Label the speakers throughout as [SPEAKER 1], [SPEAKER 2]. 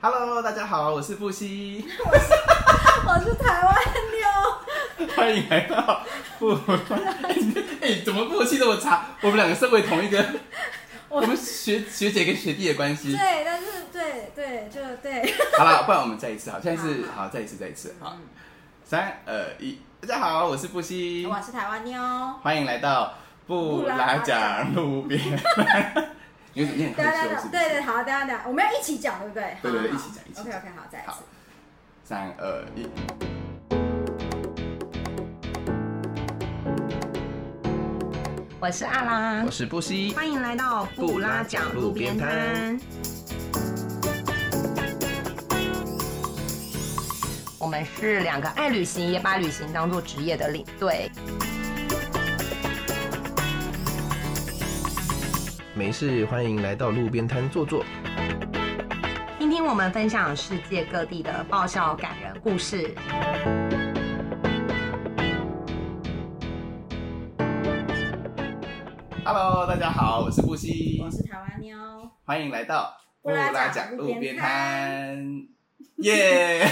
[SPEAKER 1] Hello，大家好，我是布西，
[SPEAKER 2] 我是台湾妞，
[SPEAKER 1] 欢迎来到布。哎、 哎怎么默契这么差？我们两个身为同一个，我
[SPEAKER 2] 我
[SPEAKER 1] 们学学姐跟学弟的关系。
[SPEAKER 2] 对，但是对对，就对，
[SPEAKER 1] 好了，不然我们再一次好，现在是
[SPEAKER 2] 好
[SPEAKER 1] 好，再一次，再一次，好，
[SPEAKER 2] 嗯
[SPEAKER 1] 三二一，大家好，我是布西，
[SPEAKER 2] 我是台湾妞，
[SPEAKER 1] 欢迎来到布拉讲路 边。你们怎么念
[SPEAKER 2] 等一下
[SPEAKER 1] 很羞
[SPEAKER 2] 等一
[SPEAKER 1] 是
[SPEAKER 2] 下
[SPEAKER 1] 不
[SPEAKER 2] 对对，
[SPEAKER 1] 是？
[SPEAKER 2] 好，等一下等一下，我们要一起讲，对不对？
[SPEAKER 1] 对对对
[SPEAKER 2] 好
[SPEAKER 1] 一起讲一起讲
[SPEAKER 2] OK OK，好，再一
[SPEAKER 1] 好
[SPEAKER 2] 次。
[SPEAKER 1] 三二一，
[SPEAKER 2] 我是阿拉
[SPEAKER 1] 我，是布西，
[SPEAKER 2] 欢迎来到
[SPEAKER 1] 布拉讲路边摊。
[SPEAKER 2] 我们是两个爱旅行，也把旅行当做职业的领队。
[SPEAKER 3] 没事，欢迎来到路边摊坐坐。
[SPEAKER 2] 听听我们分享世界各地的爆笑感人故事。
[SPEAKER 1] ，Hello，大家好，我是布西，
[SPEAKER 2] 我是台湾妞，
[SPEAKER 1] 欢迎来到
[SPEAKER 2] 布拉讲
[SPEAKER 1] 路
[SPEAKER 2] 路
[SPEAKER 1] 边
[SPEAKER 2] 边
[SPEAKER 1] 摊， 耶！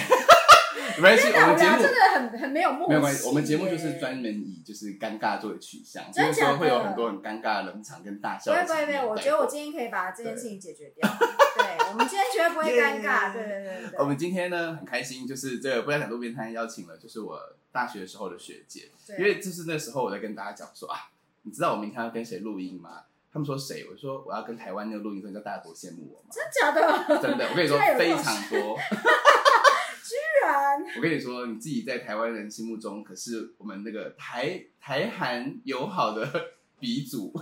[SPEAKER 1] 没关系，
[SPEAKER 2] 真
[SPEAKER 1] 我们
[SPEAKER 2] 的，啊我
[SPEAKER 1] 节
[SPEAKER 2] 俩
[SPEAKER 1] 目
[SPEAKER 2] 真的很很没有默契。
[SPEAKER 1] 没有关系，我们节目就是专门以就是尴尬作为取向，所
[SPEAKER 2] 真
[SPEAKER 1] 以
[SPEAKER 2] 的假的
[SPEAKER 1] 说会有很多很尴尬的冷场跟大笑
[SPEAKER 2] 不会
[SPEAKER 1] 的
[SPEAKER 2] 不
[SPEAKER 1] 场
[SPEAKER 2] 会
[SPEAKER 1] 面。
[SPEAKER 2] 不会，我觉得我今天可以把这件事情解决掉。对，我们今天绝对不会尴尬。
[SPEAKER 1] Yeah
[SPEAKER 2] 对对对对
[SPEAKER 1] 我
[SPEAKER 2] 对
[SPEAKER 1] 们今天呢很开心，就是这个不要讲路边摊邀请了，就是我大学的时候的学姐，
[SPEAKER 2] 对，
[SPEAKER 1] 因为就是那时候我在跟大家讲说啊，你知道我明天要跟谁录音吗？他们说谁？我说我要跟台湾那个录音，所以你知道大家多羡慕我吗？
[SPEAKER 2] 真假的，
[SPEAKER 1] 真的，我跟你说
[SPEAKER 2] 居然有这
[SPEAKER 1] 非
[SPEAKER 2] 种
[SPEAKER 1] 常多。
[SPEAKER 2] 居然
[SPEAKER 1] 我跟你说，你自己在台湾人心目中可是我们那个台台韩友好的鼻祖，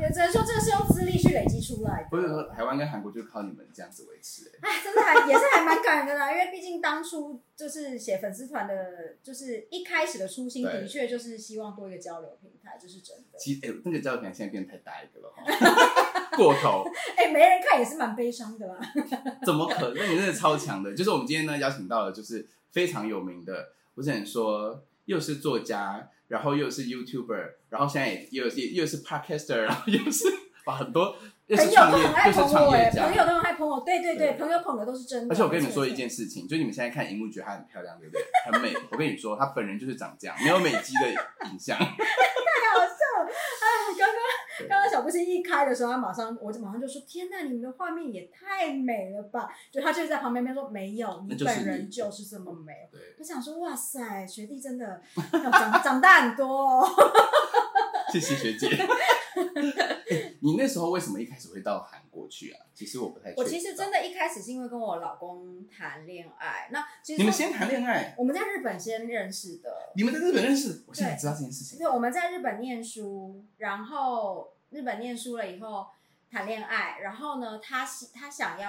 [SPEAKER 2] 也只能说这个是用资历去累积出来的。
[SPEAKER 1] 或者说台湾跟韩国就靠你们这样子维持、欸。
[SPEAKER 2] 哎，真的还也是还蛮感人的啦，因为毕竟当初就是写粉丝团的，就是一开始的初心，
[SPEAKER 1] 对
[SPEAKER 2] 的确就是希望多一个交流平台，这是真的。
[SPEAKER 1] 其实，哎、那个照片现在变得太大一个了哈， 过头，
[SPEAKER 2] 哎，没人看也是蛮悲伤的啦。
[SPEAKER 1] 怎么可能？那你真的超强的。就是我们今天呢邀请到了，就是非常有名的，我只能说又是作家，然后又是 YouTuber，然后现在也又也又是 Podcaster，然后又是哇很多，又
[SPEAKER 2] 朋
[SPEAKER 1] 是
[SPEAKER 2] 友
[SPEAKER 1] 创
[SPEAKER 2] 都
[SPEAKER 1] 业，
[SPEAKER 2] 很爱
[SPEAKER 1] 又是
[SPEAKER 2] 捧我
[SPEAKER 1] 创
[SPEAKER 2] 哎，
[SPEAKER 1] 业家
[SPEAKER 2] 朋。友都很爱捧我，对对
[SPEAKER 1] 对
[SPEAKER 2] 对，朋友捧的都是真的。啊
[SPEAKER 1] 而且我跟你们
[SPEAKER 2] 真
[SPEAKER 1] 说
[SPEAKER 2] 的
[SPEAKER 1] 一件事情，就是你们现在看荧幕觉得她很漂亮， 对不对？很美。我跟你说，她本人就是长这样，没有美肌的影 像。
[SPEAKER 2] 刚刚刚刚小布是一开的时候，他马上我就马上就说：“天呐，你们的画面也太美了吧！”就他就在旁边边说：“没有，
[SPEAKER 1] 那
[SPEAKER 2] 你
[SPEAKER 1] 就是
[SPEAKER 2] 本人
[SPEAKER 1] 你嗯
[SPEAKER 2] 就是这么美。
[SPEAKER 1] 对”，
[SPEAKER 2] 我想说：“哇塞，学弟真的要长长大很多哦。
[SPEAKER 1] 谢谢学 姐。哎你那时候为什么一开始会到韩国去啊？其实我不太确”定。
[SPEAKER 2] 我其实真的一开始是因为跟我老公谈恋爱，那其实
[SPEAKER 1] 你们先谈恋爱，
[SPEAKER 2] 我们在日本先认识的，
[SPEAKER 1] 你们在日本认识，我现在才知道这件事情
[SPEAKER 2] 对，。我们在日本念书，然后日本念书了以后谈恋爱，然后呢，他是他想要，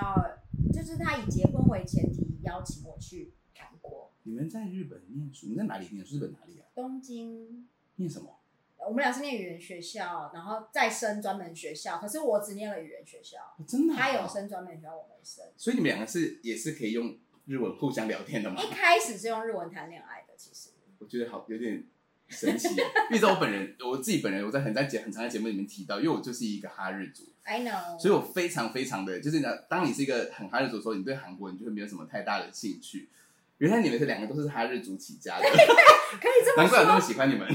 [SPEAKER 2] 就是他以结婚为前提邀请我去韩国
[SPEAKER 1] 你们在日本念书，你在哪里念书？日本哪里啊？
[SPEAKER 2] 东京。
[SPEAKER 1] 念什么？
[SPEAKER 2] 我们俩是念语言学校，然后再升专门学校，可是我只念了语言学校，
[SPEAKER 1] 哦真的、啊？
[SPEAKER 2] 他有。升专门学校，我没升。
[SPEAKER 1] 所以你们两个是也是可以用日文互相聊天的吗？
[SPEAKER 2] 一开始是用日文谈恋爱的，其实
[SPEAKER 1] 我觉得好有点神奇。因为在我本人，我自己本人，我在很在节很常在节目里面提到，因为我就是一个哈日族，
[SPEAKER 2] I know，
[SPEAKER 1] 所以我非常非常的就是呢，当你是一个很哈日族的时候，你对韩国人就会没有什么太大的兴趣。原来你们这两个都是哈日族起家的，
[SPEAKER 2] 可以这么
[SPEAKER 1] 难怪我
[SPEAKER 2] 说。
[SPEAKER 1] 那么喜欢你们。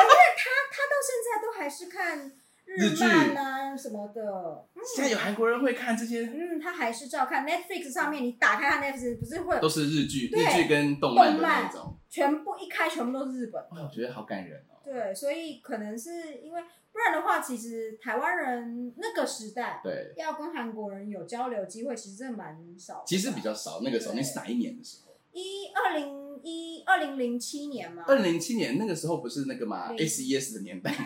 [SPEAKER 2] 他到现在都还是看
[SPEAKER 1] 日
[SPEAKER 2] 日
[SPEAKER 1] 剧嗯
[SPEAKER 2] 漫啊什么的。
[SPEAKER 1] 现在有韩国人会看这些，
[SPEAKER 2] 嗯，他还是照看 Netflix 上面，你打开他 Netflix 不是会
[SPEAKER 1] 都是日剧、
[SPEAKER 2] 对
[SPEAKER 1] 日剧跟动漫的
[SPEAKER 2] 动漫
[SPEAKER 1] 那种。
[SPEAKER 2] 全部一开全部都是日本
[SPEAKER 1] 哇，我
[SPEAKER 2] 的，
[SPEAKER 1] 觉得好感人哦。
[SPEAKER 2] 对，所以可能是因为不然的话，其实台湾人那个时代
[SPEAKER 1] 对，
[SPEAKER 2] 要跟韩国人有交流机会，其实真的蛮少的。
[SPEAKER 1] 其实比较少。那个时候
[SPEAKER 2] 对
[SPEAKER 1] 你是哪一年的时候？
[SPEAKER 2] 一二零一二零零七年嘛，
[SPEAKER 1] 二零零七年那个时候不是那个嘛
[SPEAKER 2] 零
[SPEAKER 1] SES 的年代吗？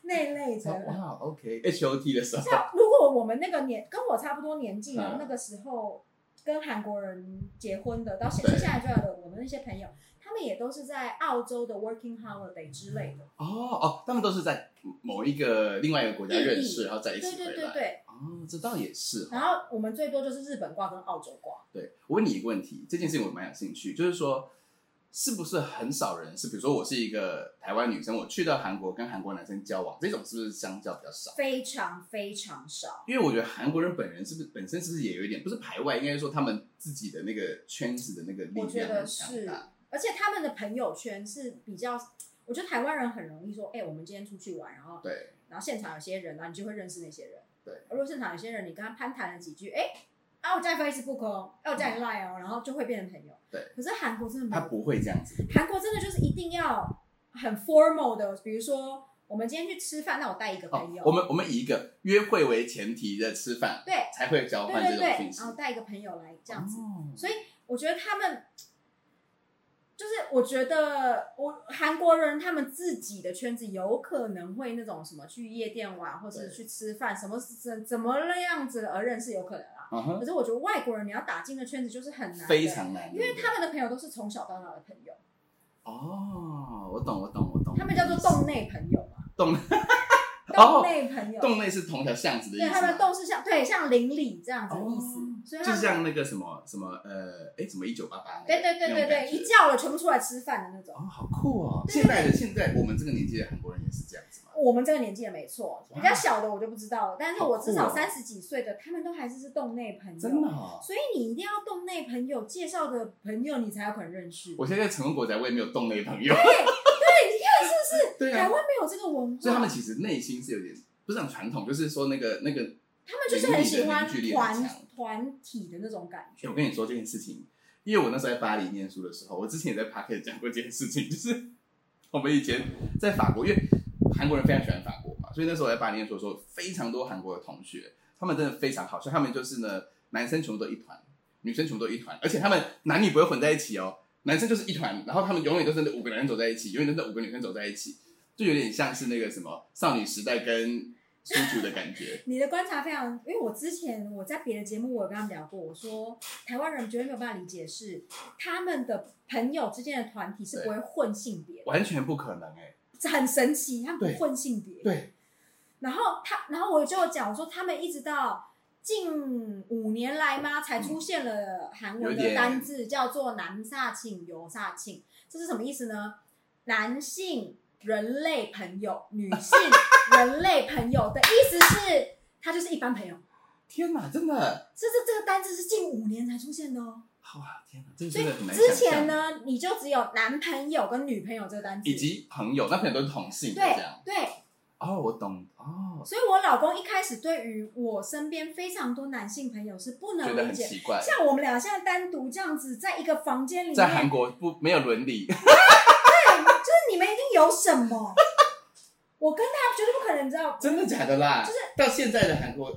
[SPEAKER 2] 那类的。
[SPEAKER 1] 哇，OK，HOT 的时候，
[SPEAKER 2] 像如果我们那个年跟我差不多年纪，然
[SPEAKER 1] 嗯
[SPEAKER 2] 后那个时候跟韩国人结婚的，到现
[SPEAKER 1] 对
[SPEAKER 2] 现在出来的我们那些朋友，他们也都是在澳洲的 working holiday 之类的。
[SPEAKER 1] 哦哦，他们都是在某一个另外一个国家认识，
[SPEAKER 2] 异地
[SPEAKER 1] 然后嗯在一
[SPEAKER 2] 对
[SPEAKER 1] 起回来。
[SPEAKER 2] 对对对，
[SPEAKER 1] 哦，这倒也是哈。
[SPEAKER 2] 然后我们最多就是日本挂跟澳洲挂。
[SPEAKER 1] 对，我问你一个问题，这件事情我蛮有兴趣，就是说，是不是很少人是，比如说我是一个台湾女生，我去到韩国跟韩国男生交往，这种是不是相较比较少？
[SPEAKER 2] 非常非常少。
[SPEAKER 1] 因为我觉得韩国人本人是不是本身是不是也有一点不是排外，应该说他们自己的那个圈子的那个力
[SPEAKER 2] 我觉
[SPEAKER 1] 量
[SPEAKER 2] 得
[SPEAKER 1] 很强
[SPEAKER 2] 是
[SPEAKER 1] 大。，
[SPEAKER 2] 而且他们的朋友圈是比较，我觉得台湾人很容易说，哎、我们今天出去玩，然后
[SPEAKER 1] 对，
[SPEAKER 2] 然后现场有些人，然后你就会认识那些人。
[SPEAKER 1] 对，
[SPEAKER 2] 如果现场有些人，你跟他攀谈了几句，哎、啊，我加你 Facebook 哦，啊，我加你 Line 哦，然后就会变成朋友。
[SPEAKER 1] 嗯对，
[SPEAKER 2] 可是韩国真的没
[SPEAKER 1] 他
[SPEAKER 2] 有
[SPEAKER 1] 不会这样子。
[SPEAKER 2] 韩国真的就是一定要很 formal 的，比如说我们今天去吃饭，那我带一个
[SPEAKER 1] 哦
[SPEAKER 2] 朋友，，
[SPEAKER 1] 我们我们以一个约会为前提的吃饭，
[SPEAKER 2] 对
[SPEAKER 1] 才会交换这
[SPEAKER 2] 对对
[SPEAKER 1] 种
[SPEAKER 2] 对啊
[SPEAKER 1] 讯，息
[SPEAKER 2] 然后。带一个朋友来这样子。
[SPEAKER 1] 哦
[SPEAKER 2] 所以我觉得他们就是，我觉得我韩国人他们自己的圈子有可能会那种什么去夜店玩，或是
[SPEAKER 1] 对
[SPEAKER 2] 去吃饭，什么怎怎么那样子而认识有可能啊。
[SPEAKER 1] 嗯哼
[SPEAKER 2] 可是我觉得外国人你要打进的圈子就是很难的，
[SPEAKER 1] 非常难，
[SPEAKER 2] 因为
[SPEAKER 1] 对不对
[SPEAKER 2] 他们的朋友都是从小到大的朋友，
[SPEAKER 1] 哦，我懂，我懂，我懂。
[SPEAKER 2] 他们叫做
[SPEAKER 1] 哦
[SPEAKER 2] 洞内朋友嘛，
[SPEAKER 1] 洞
[SPEAKER 2] 洞内朋友，
[SPEAKER 1] 哦洞内是同条巷子的意思
[SPEAKER 2] 对，
[SPEAKER 1] 吗，
[SPEAKER 2] 他们洞是像对像邻里这样子的意思，
[SPEAKER 1] 哦
[SPEAKER 2] 所以他
[SPEAKER 1] 就
[SPEAKER 2] 们
[SPEAKER 1] 像那个什么什么呃，哎，什么一九八八，
[SPEAKER 2] 对对对对
[SPEAKER 1] 那种感
[SPEAKER 2] 对，
[SPEAKER 1] 觉
[SPEAKER 2] 一叫了全部出来吃饭的那种。
[SPEAKER 1] 哦，好酷哦！
[SPEAKER 2] 对对
[SPEAKER 1] 现在的现在我们这个年纪的韩国人也是这样子嘛，
[SPEAKER 2] 我们这个年纪也没错，
[SPEAKER 1] 哇
[SPEAKER 2] 比较小的我就不知道了，但是我至少
[SPEAKER 1] 好酷哦
[SPEAKER 2] 三十几岁的，他们都还是是洞内朋友，
[SPEAKER 1] 真的。哦。
[SPEAKER 2] 所以你一定要洞内朋友介绍的朋友，你才有可能认识。
[SPEAKER 1] 我现在在成功国宅，我也没有洞内朋友，
[SPEAKER 2] 对，你看是不是？
[SPEAKER 1] 对啊
[SPEAKER 2] 台湾没有这个文化，
[SPEAKER 1] 所以他们其实内心是有点不是很传统，就是说那个那个，
[SPEAKER 2] 他们就是很喜欢
[SPEAKER 1] 凝聚力很
[SPEAKER 2] 团
[SPEAKER 1] 强。
[SPEAKER 2] 团体的那种感
[SPEAKER 1] 欸
[SPEAKER 2] 觉
[SPEAKER 1] 我。跟你说这件事情，因为我那时候在巴黎念书的时候，我之前也在 p a r k e 讲过这件事情，就是我们以前在法国，因为韩国人非常喜欢法国嘛，所以那时候我在巴黎念书的时候，非常多韩国的同学，他们真的非常好，所以他们就是呢，男生全部都一团，女生全部都一团，而且他们男女不会混在一起哦，男生就是一团，然后他们永远都是那五个男生走在一起，永远都是那五个女生走在一起，就有点像是那个什么少女时代跟苏竹的感觉。
[SPEAKER 2] 你的观察非常，因为我之前我在别的节目我有跟他们聊过，我说台湾人绝对没有办法理解是他们的朋友之间的团体是不会混性别
[SPEAKER 1] 完全不可能哎、
[SPEAKER 2] 的，很神奇，他们
[SPEAKER 1] 对
[SPEAKER 2] 不混性别。
[SPEAKER 1] 对，
[SPEAKER 2] 然后他，然后我就讲我说他们一直到近五年来嘛，才出现了韩
[SPEAKER 1] 有
[SPEAKER 2] 文
[SPEAKER 1] 点
[SPEAKER 2] 的单字叫做“男萨庆”“尤萨庆”，这是什么意思呢？男性人类朋友，女性人类朋友的意思是，他就是一般朋友。
[SPEAKER 1] 天哪，真的，
[SPEAKER 2] 这这这个单字是近五年才出现的哦，
[SPEAKER 1] 哇，啊天哪，这个
[SPEAKER 2] 所
[SPEAKER 1] 真
[SPEAKER 2] 以
[SPEAKER 1] 的很难
[SPEAKER 2] 之
[SPEAKER 1] 想象
[SPEAKER 2] 前呢，你就只有男朋友跟女朋友这个单字，
[SPEAKER 1] 以及朋友，那朋友都是同性的
[SPEAKER 2] 对
[SPEAKER 1] 这样。
[SPEAKER 2] 对，
[SPEAKER 1] 哦，我懂哦，
[SPEAKER 2] 所以我老公一开始对于我身边非常多男性朋友是不
[SPEAKER 1] 觉
[SPEAKER 2] 能
[SPEAKER 1] 得
[SPEAKER 2] 理
[SPEAKER 1] 很
[SPEAKER 2] 解，
[SPEAKER 1] 奇怪，
[SPEAKER 2] 像我们俩现在单独这样子在一个房间里面，
[SPEAKER 1] 在韩国不没有伦理，
[SPEAKER 2] 就是你们一定有什么， 我跟他绝对不可能，你知道？
[SPEAKER 1] 真的假的啦？
[SPEAKER 2] 就是
[SPEAKER 1] 到现在的韩国，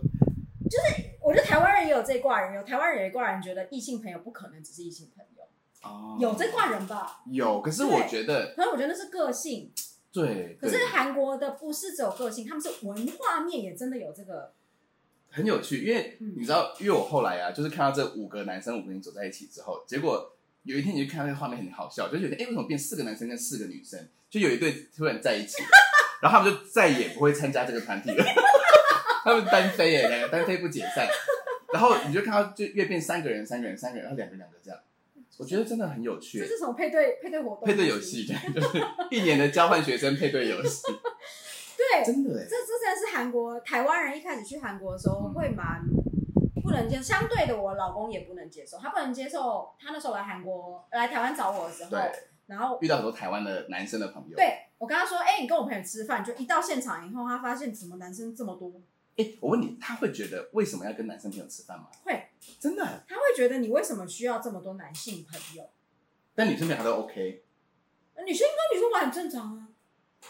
[SPEAKER 2] 我觉得台湾人也有这一挂人，有台湾人有一挂人觉得异性朋友不可能只是异性朋友，
[SPEAKER 1] 哦，
[SPEAKER 2] 有这挂人吧？
[SPEAKER 1] 有，可是我觉得
[SPEAKER 2] 可是我觉得那是个性，
[SPEAKER 1] 对，
[SPEAKER 2] 可是
[SPEAKER 1] 对
[SPEAKER 2] 韩国的不是只有个性，他们是文化面也真的有这个，
[SPEAKER 1] 很有趣，因为
[SPEAKER 2] 嗯
[SPEAKER 1] 你知道，因为我后来啊，就是看到这五个男生五个女走在一起之后，结果有一天你就看到那个画面很好笑，就觉得哎，诶为什么变四个男生跟四个女生，就有一对突然在一起了，然后他们就再也不会参加这个团体了， 他们单飞耶，两个单飞不解散，然后你就看到就越变三个人三个人三个人，然后两个两个这样，我觉得真的很有
[SPEAKER 2] 这
[SPEAKER 1] 趣，
[SPEAKER 2] 是什么配对配对活动？
[SPEAKER 1] 配对游？戏，对，就是一年的交换学生配对游戏，
[SPEAKER 2] 对，
[SPEAKER 1] 真的哎
[SPEAKER 2] 这，这真的是韩国台湾人一开始去韩国的时候
[SPEAKER 1] 嗯
[SPEAKER 2] 会蛮不能接受，相对的我老公也不能接受，他不能接受他那时候来韩国来台湾找我的时候
[SPEAKER 1] 对，，
[SPEAKER 2] 然后
[SPEAKER 1] 遇到很多台湾的男生的朋友，
[SPEAKER 2] 对我跟他说，哎、你跟我朋友吃饭，就一到现场以后，他发现怎么男生这么多，
[SPEAKER 1] 哎、我问你，他会觉得为什么要跟男生朋友吃饭吗？
[SPEAKER 2] 会，
[SPEAKER 1] 真的。啊
[SPEAKER 2] 他会觉得你为什么需要这么多男性朋友？
[SPEAKER 1] 但女生朋友他都 OK，
[SPEAKER 2] 女生跟女生玩很正常啊，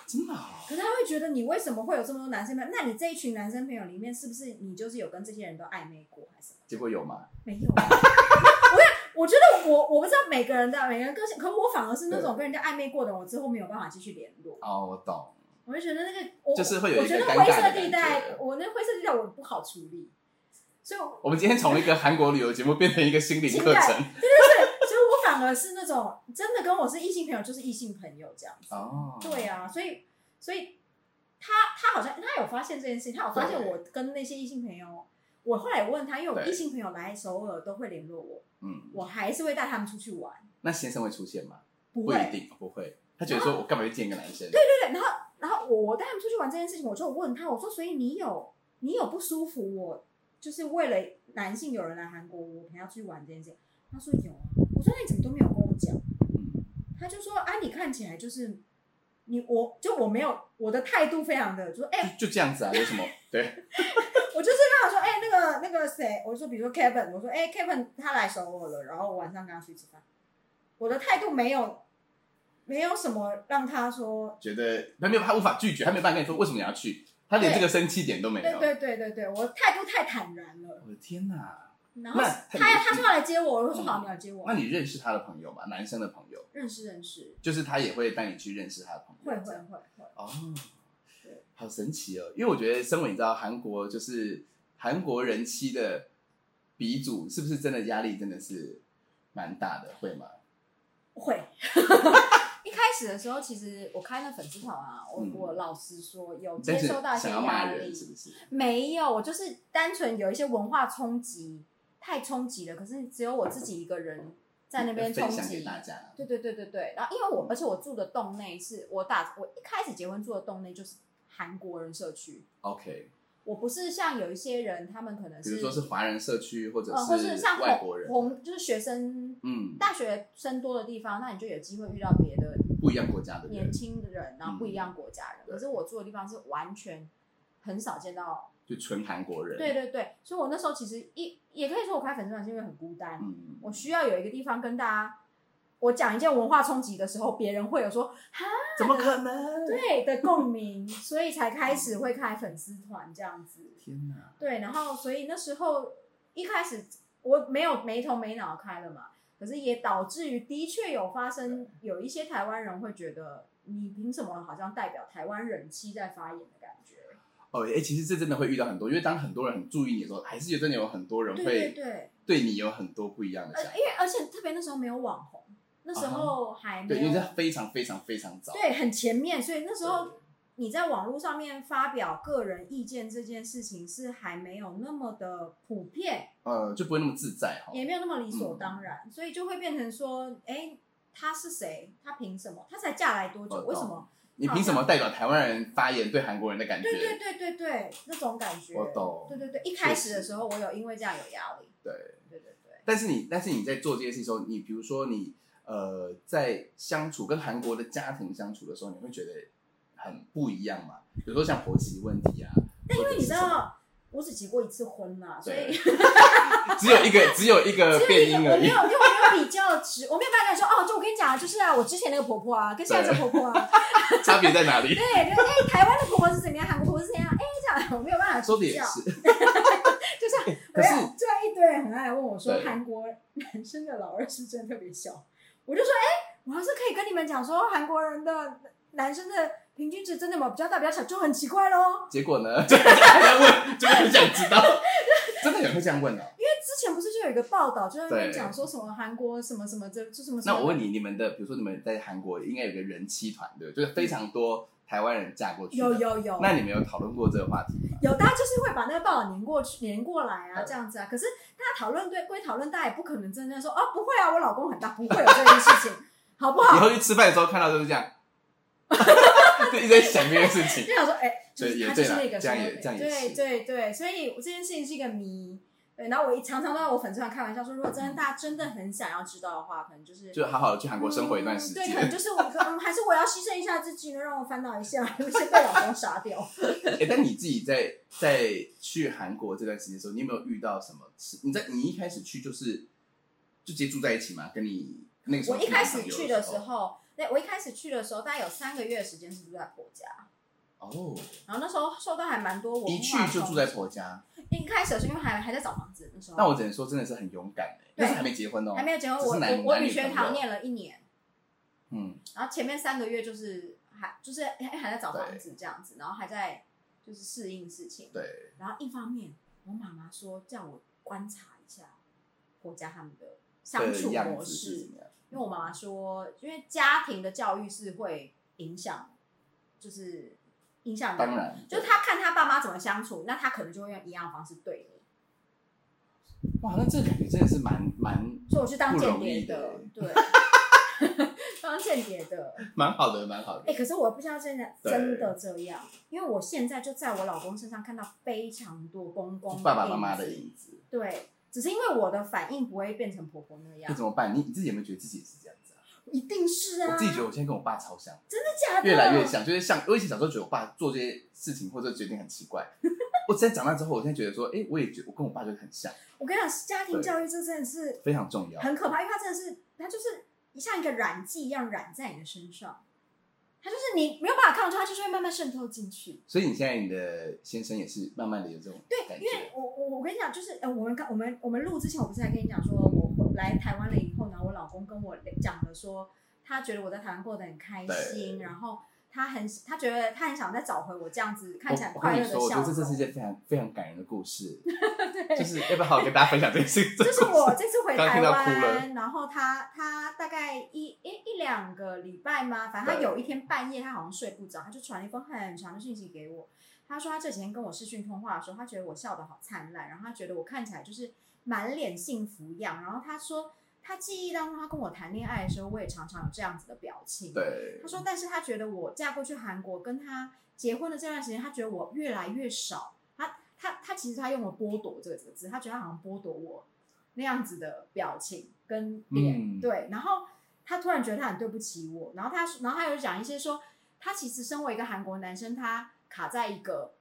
[SPEAKER 1] 真的、哦。
[SPEAKER 2] 可是他会觉得你为什么会有这么多男生朋友？那你这一群男生朋友里面，是不是你就是有跟这些人都暧昧过，还是什么？
[SPEAKER 1] 结果有吗？
[SPEAKER 2] 没有、啊， 我想，我觉得我我不知道每个人的每个人个性，可我反而是那种跟人家暧昧过的，我之后没有办法继续联络，
[SPEAKER 1] 哦，我懂。
[SPEAKER 2] 我就觉得那个我
[SPEAKER 1] 就是会有一个
[SPEAKER 2] 我觉得
[SPEAKER 1] 尴
[SPEAKER 2] 灰
[SPEAKER 1] 尬的
[SPEAKER 2] 色
[SPEAKER 1] 感
[SPEAKER 2] 地带
[SPEAKER 1] 觉，
[SPEAKER 2] 我那灰色地带我不好处理，所以我
[SPEAKER 1] 我们今天从一个韩国旅游节目变成一个心理课
[SPEAKER 2] 情
[SPEAKER 1] 程。
[SPEAKER 2] 对对 对，所以我反而是那种真的跟我是异性朋友就是异性朋友这样子，
[SPEAKER 1] 哦，
[SPEAKER 2] 对啊，所以所以他他好像他有发现这件事情，他有发现
[SPEAKER 1] 对
[SPEAKER 2] 我跟那些异性朋友。我后来有问他，因为我
[SPEAKER 1] 对
[SPEAKER 2] 异性朋友来首尔都会联络我，
[SPEAKER 1] 嗯，
[SPEAKER 2] 我还是会带他们出去玩。
[SPEAKER 1] 那先生会出现吗？
[SPEAKER 2] 不
[SPEAKER 1] 不
[SPEAKER 2] 会，
[SPEAKER 1] 一定不会。他觉得说我干嘛去见一个男生？
[SPEAKER 2] 对，然后然后我我带他们出去玩这件事情，我就问他，我说，所以你有你有不舒服我？就是为了男性有人来韩国，我陪他出去玩这件事情。他说有啊，我说那你怎么都没有跟我讲？
[SPEAKER 1] 嗯
[SPEAKER 2] 他就说啊，你看起来就是你我就我没有我的态度非常的，就说哎、
[SPEAKER 1] 就就这样子啊，有什么？对，
[SPEAKER 2] 我就是跟他说哎、那个那个谁，我就说比如说 Kevin，我说哎、Kevin 他来首尔了，然后晚上跟他出去吃饭，我的态度没有没有什么让他说
[SPEAKER 1] 觉得他没有，他无法拒绝，他没办法跟你说为什么你要去，他连这个生气点都没
[SPEAKER 2] 对
[SPEAKER 1] 有。
[SPEAKER 2] 对对对对，我态度太坦然了。
[SPEAKER 1] 我的天哪！
[SPEAKER 2] 然后
[SPEAKER 1] 那太
[SPEAKER 2] 他
[SPEAKER 1] 没
[SPEAKER 2] 他
[SPEAKER 1] 趣
[SPEAKER 2] 说要来接我，我就说好，
[SPEAKER 1] 嗯
[SPEAKER 2] 你来接我
[SPEAKER 1] 那，你认识他的朋友吗？男生的朋友，
[SPEAKER 2] 认识认识，
[SPEAKER 1] 就是他也会带你去认识他的朋友。
[SPEAKER 2] 会
[SPEAKER 1] 这
[SPEAKER 2] 会
[SPEAKER 1] 样
[SPEAKER 2] 会会，
[SPEAKER 1] 哦
[SPEAKER 2] 对，
[SPEAKER 1] 好神奇哦！因为我觉得，身为你知道韩国就是韩国人妻的鼻祖，是不是真的压力真的是蛮大的，会吗？
[SPEAKER 2] 会。一开始的时候，其实我开那粉丝团啊，我、
[SPEAKER 1] 嗯
[SPEAKER 2] 我老实说有接
[SPEAKER 1] 但是
[SPEAKER 2] 收到一些
[SPEAKER 1] 想要骂
[SPEAKER 2] 压
[SPEAKER 1] 人
[SPEAKER 2] 力，
[SPEAKER 1] 是不是？
[SPEAKER 2] 没有，我就是单纯有一些文化冲击，太冲击了。可是只有我自己一个人在那边冲
[SPEAKER 1] 分享给
[SPEAKER 2] 击，
[SPEAKER 1] 大家，
[SPEAKER 2] 对对对对对。然后因为我，而且我住的洞内是我打我一开始结婚住的洞内就是韩国人社区，
[SPEAKER 1] OK，
[SPEAKER 2] 我不是像有一些人，他们可能
[SPEAKER 1] 比
[SPEAKER 2] 是
[SPEAKER 1] 如说是华人社区或者
[SPEAKER 2] 呃，或是像
[SPEAKER 1] 外
[SPEAKER 2] 红
[SPEAKER 1] 国人，
[SPEAKER 2] 红就是学生，
[SPEAKER 1] 嗯，
[SPEAKER 2] 大学生多的地方，那你就有机会遇到别的
[SPEAKER 1] 不一样国家的
[SPEAKER 2] 年
[SPEAKER 1] 人，
[SPEAKER 2] 轻的人，然后不一
[SPEAKER 1] 嗯
[SPEAKER 2] 样国家人。
[SPEAKER 1] 对
[SPEAKER 2] 可是我住的地方是完全很少见到，
[SPEAKER 1] 就纯韩国人，
[SPEAKER 2] 对，对对，所以我那时候其实一也可以说我开粉丝团是因为很孤单，
[SPEAKER 1] 嗯，
[SPEAKER 2] 我需要有一个地方跟大家。我讲一件文化冲击的时候，别人会有说“哈
[SPEAKER 1] 怎么可能？”
[SPEAKER 2] 对的共鸣，所以才开始会开粉丝团这样子。
[SPEAKER 1] 天哪！
[SPEAKER 2] 对，然后所以那时候一开始我没有没头没脑开了嘛，可是也导致于的确有发生有一些台湾人会觉得你凭什么好像代表台湾人气在发言的感觉？
[SPEAKER 1] 哦，哎、其实这真的会遇到很多，因为当很多人很注意你的时候，还是觉得真的有很多人
[SPEAKER 2] 对对
[SPEAKER 1] 会
[SPEAKER 2] 对，
[SPEAKER 1] 对你有很多不一样的
[SPEAKER 2] 而
[SPEAKER 1] 想
[SPEAKER 2] 因
[SPEAKER 1] 法。
[SPEAKER 2] 为而且特别那时候没有网红，那时候还
[SPEAKER 1] 对，
[SPEAKER 2] 没
[SPEAKER 1] 因
[SPEAKER 2] 有
[SPEAKER 1] 为这非常非常非常早。
[SPEAKER 2] 对很前面，所以那时候你在网络上面发表个人意见这件事情是还没有那么的普遍。
[SPEAKER 1] 呃，就不会那么自在哈。
[SPEAKER 2] 也没有那么理
[SPEAKER 1] 嗯
[SPEAKER 2] 所当然，所以就会变成说，哎、他是谁？他凭什么？他才嫁来多久？
[SPEAKER 1] 我懂
[SPEAKER 2] 为什么？
[SPEAKER 1] 你凭什么代表台湾人发言对韩国人的感觉？
[SPEAKER 2] 对对对对对，那种感觉。
[SPEAKER 1] 我懂
[SPEAKER 2] 对对对，一开
[SPEAKER 1] 确
[SPEAKER 2] 始
[SPEAKER 1] 实
[SPEAKER 2] 的时候，我有因为这样有压力。
[SPEAKER 1] 对
[SPEAKER 2] 对对对，
[SPEAKER 1] 但是你，但是你在做这些事情的时候，你比如说你呃，在相处跟韩国的家庭相处的时候，你会觉得很不一样嘛？比如说像婆媳问题啊，但因
[SPEAKER 2] 因为你知，道，我只结过一次婚啦，所以
[SPEAKER 1] 对只有一个只有一个
[SPEAKER 2] 所
[SPEAKER 1] 变
[SPEAKER 2] 以
[SPEAKER 1] 音
[SPEAKER 2] 我
[SPEAKER 1] 而
[SPEAKER 2] 没
[SPEAKER 1] 已
[SPEAKER 2] 啊有，。因为我没有比较值，我没有办法跟你说哦，就我跟你讲啊，就是啊，我之前那个婆婆啊，跟现在这个婆婆啊，
[SPEAKER 1] 差别在哪 里
[SPEAKER 2] 对？对，就哎、台湾的婆婆是怎么样，韩国婆婆是怎样，哎、这样我没有办法
[SPEAKER 1] 说的
[SPEAKER 2] 比
[SPEAKER 1] 也
[SPEAKER 2] 较。
[SPEAKER 1] 是，
[SPEAKER 2] 就像
[SPEAKER 1] 可
[SPEAKER 2] 没
[SPEAKER 1] 是
[SPEAKER 2] 有，啊就像一堆人很爱问我说，
[SPEAKER 1] 对
[SPEAKER 2] 韩国男生的老二是真的特别小，我就说，哎、我要是可以跟你们讲说韩国人的男生的平均值真的有比较大比较小，就很奇怪喽。
[SPEAKER 1] 结果呢？ 就还要问，就很想 知道，真的有人会这样问哦。
[SPEAKER 2] 因为之前不是就有一个报道，就在那边
[SPEAKER 1] 对
[SPEAKER 2] 讲说什么韩国什么什么这就什么什么。
[SPEAKER 1] 那我问，你，你们的比如说你们在韩国应该有个人妻团对不对？就是非常多台湾人嫁过去的。
[SPEAKER 2] 有有有，
[SPEAKER 1] 那你们有讨论过这个话题吗？
[SPEAKER 2] 有，大家就是会把那个报道粘过去、粘过来啊，
[SPEAKER 1] 对
[SPEAKER 2] 这样子啊。可是大家讨论对归讨论，大家也不可能真的说哦，不会啊，我老公很大，不会有这件事情，好不
[SPEAKER 1] 以
[SPEAKER 2] 好？
[SPEAKER 1] 后去吃饭的时候看到都是这样， 就一直在想这件事情。
[SPEAKER 2] 就想说，哎、就
[SPEAKER 1] 对
[SPEAKER 2] 是
[SPEAKER 1] 也
[SPEAKER 2] 他就
[SPEAKER 1] 对
[SPEAKER 2] 是
[SPEAKER 1] 啦
[SPEAKER 2] 那个
[SPEAKER 1] 这样
[SPEAKER 2] 什么
[SPEAKER 1] 也这样也
[SPEAKER 2] 对
[SPEAKER 1] 是
[SPEAKER 2] 对对，所以我这件事情是一个谜。对，然后我一常常都在我粉丝团开玩笑说，如果真的大家真的很想要知道的话，可能就是
[SPEAKER 1] 就好好地去韩国生活一段时
[SPEAKER 2] 嗯对，可能
[SPEAKER 1] 间。
[SPEAKER 2] 就是我，嗯，还是我要牺牲一下自己呢，让我烦恼一下， 先被老公杀掉。
[SPEAKER 1] 哎、但你自己在在去韩国这段时间的时候，你有没有遇到什么事？你在你一开始去就是就直接住在一起吗？跟 你那个时候
[SPEAKER 2] 我一开始去的时
[SPEAKER 1] 时候，
[SPEAKER 2] 候，对我一开始去的时候，大概有三个月的时间是住在婆家，
[SPEAKER 1] 哦，
[SPEAKER 2] 然后那时候受到还蛮多文化
[SPEAKER 1] 一去就
[SPEAKER 2] 冲
[SPEAKER 1] 住在
[SPEAKER 2] 击，
[SPEAKER 1] 婆家，
[SPEAKER 2] 一开始的时候因为还还在找房子那时候，
[SPEAKER 1] 那我只能说真的是很勇敢哎、
[SPEAKER 2] 哦对
[SPEAKER 1] 那时候还没结婚哦，
[SPEAKER 2] 还没有结婚，
[SPEAKER 1] 只是
[SPEAKER 2] 我
[SPEAKER 1] 男
[SPEAKER 2] 我我
[SPEAKER 1] 男
[SPEAKER 2] 女
[SPEAKER 1] 女
[SPEAKER 2] 学
[SPEAKER 1] 朋
[SPEAKER 2] 堂
[SPEAKER 1] 友
[SPEAKER 2] 念了一年。
[SPEAKER 1] 嗯，
[SPEAKER 2] 然后前面三个月就是还就是还还在找房
[SPEAKER 1] 对
[SPEAKER 2] 子这样子，然后还在就是适应事情。
[SPEAKER 1] 对，
[SPEAKER 2] 然后一方面，我妈妈说叫我观察一下婆家他们的相
[SPEAKER 1] 的
[SPEAKER 2] 处
[SPEAKER 1] 样
[SPEAKER 2] 模
[SPEAKER 1] 子是
[SPEAKER 2] 式
[SPEAKER 1] 怎，么样？
[SPEAKER 2] 因为我妈妈说，因为家庭的教育是会影响，就是影响
[SPEAKER 1] 当
[SPEAKER 2] 人，
[SPEAKER 1] 然，
[SPEAKER 2] 就是他看他爸妈怎么相处，那他可能就会用一样的方式对你。
[SPEAKER 1] 哇，那这个感觉真的是蛮蛮
[SPEAKER 2] 所以我去当间
[SPEAKER 1] 不容
[SPEAKER 2] 谍
[SPEAKER 1] 易的
[SPEAKER 2] 对。 方倩姐的。
[SPEAKER 1] 蛮好的，蛮好的。
[SPEAKER 2] 哎、可是我不知道真的
[SPEAKER 1] 对
[SPEAKER 2] 真的这样，因为我现在就在我老公身上看到非常多公公
[SPEAKER 1] 爸爸妈妈的
[SPEAKER 2] 的影
[SPEAKER 1] 影子，
[SPEAKER 2] 子对，只是因为我的反应不会变成婆婆那
[SPEAKER 1] 那
[SPEAKER 2] 样，
[SPEAKER 1] 怎么办？你你自己有没有觉得自己也是这样子啊？
[SPEAKER 2] 一定是啊，
[SPEAKER 1] 我自己觉得我现在跟我爸超像，
[SPEAKER 2] 假的
[SPEAKER 1] 越来越像，就是像我以前小时候觉得我爸做这些事情或者决定很奇 怪，我现在长大之后，我现在觉得说，哎，我也觉我跟我爸就很像，
[SPEAKER 2] 我跟你讲，家庭教育这真的是
[SPEAKER 1] 非常重要。
[SPEAKER 2] 很可怕，因为它真的是，它就是像一个染剂一样染在你的身上，它就是你没有办法抗拒，它就是会慢慢渗透进去。
[SPEAKER 1] 所以你现在你的先生也是慢慢的有这种
[SPEAKER 2] 对，
[SPEAKER 1] 感
[SPEAKER 2] 因为
[SPEAKER 1] 觉，
[SPEAKER 2] 我我我跟你讲，就是呃，我们刚我们我们录之前，我不是还跟你讲说，我我来台湾了以后呢，我老公跟我讲了说，他觉得我在台湾过得很开心，然后他很他觉得他很想再找回我这样子看起来
[SPEAKER 1] 我我
[SPEAKER 2] 快
[SPEAKER 1] 跟
[SPEAKER 2] 乐
[SPEAKER 1] 你
[SPEAKER 2] 的
[SPEAKER 1] 说，我觉
[SPEAKER 2] 笑
[SPEAKER 1] 得这这是一件
[SPEAKER 2] 容。
[SPEAKER 1] 非常非常感人的故 事，就是要不要好好跟大家分享这个事情？
[SPEAKER 2] 就是我这次回
[SPEAKER 1] 刚刚
[SPEAKER 2] 台
[SPEAKER 1] 听到哭了
[SPEAKER 2] 湾，然后他他大概一一一两个礼拜嘛，反正他
[SPEAKER 1] 对
[SPEAKER 2] 有一天半夜他好像睡不着，他就传了一封很长的讯息给我。他说他这几天跟我视讯通话的时候，他觉得我笑得好灿烂，然后他觉得我看起来就是满脸幸福样。然后他说他记忆当中他跟我谈恋爱的时候，我也常常有这样子的表 情。
[SPEAKER 1] 对
[SPEAKER 2] 他，说，但是他觉得我嫁过去韩国，跟他结婚的这段时间，他觉得我越来越少。他他他其实他用了“剥夺”这个这个字，他觉得他好像剥夺我那样子的表情跟脸。
[SPEAKER 1] 嗯
[SPEAKER 2] 对，然后他突然觉得他很对不起我，然后他然后他有讲一些说，他其实身为一个韩国男生，他卡在一个。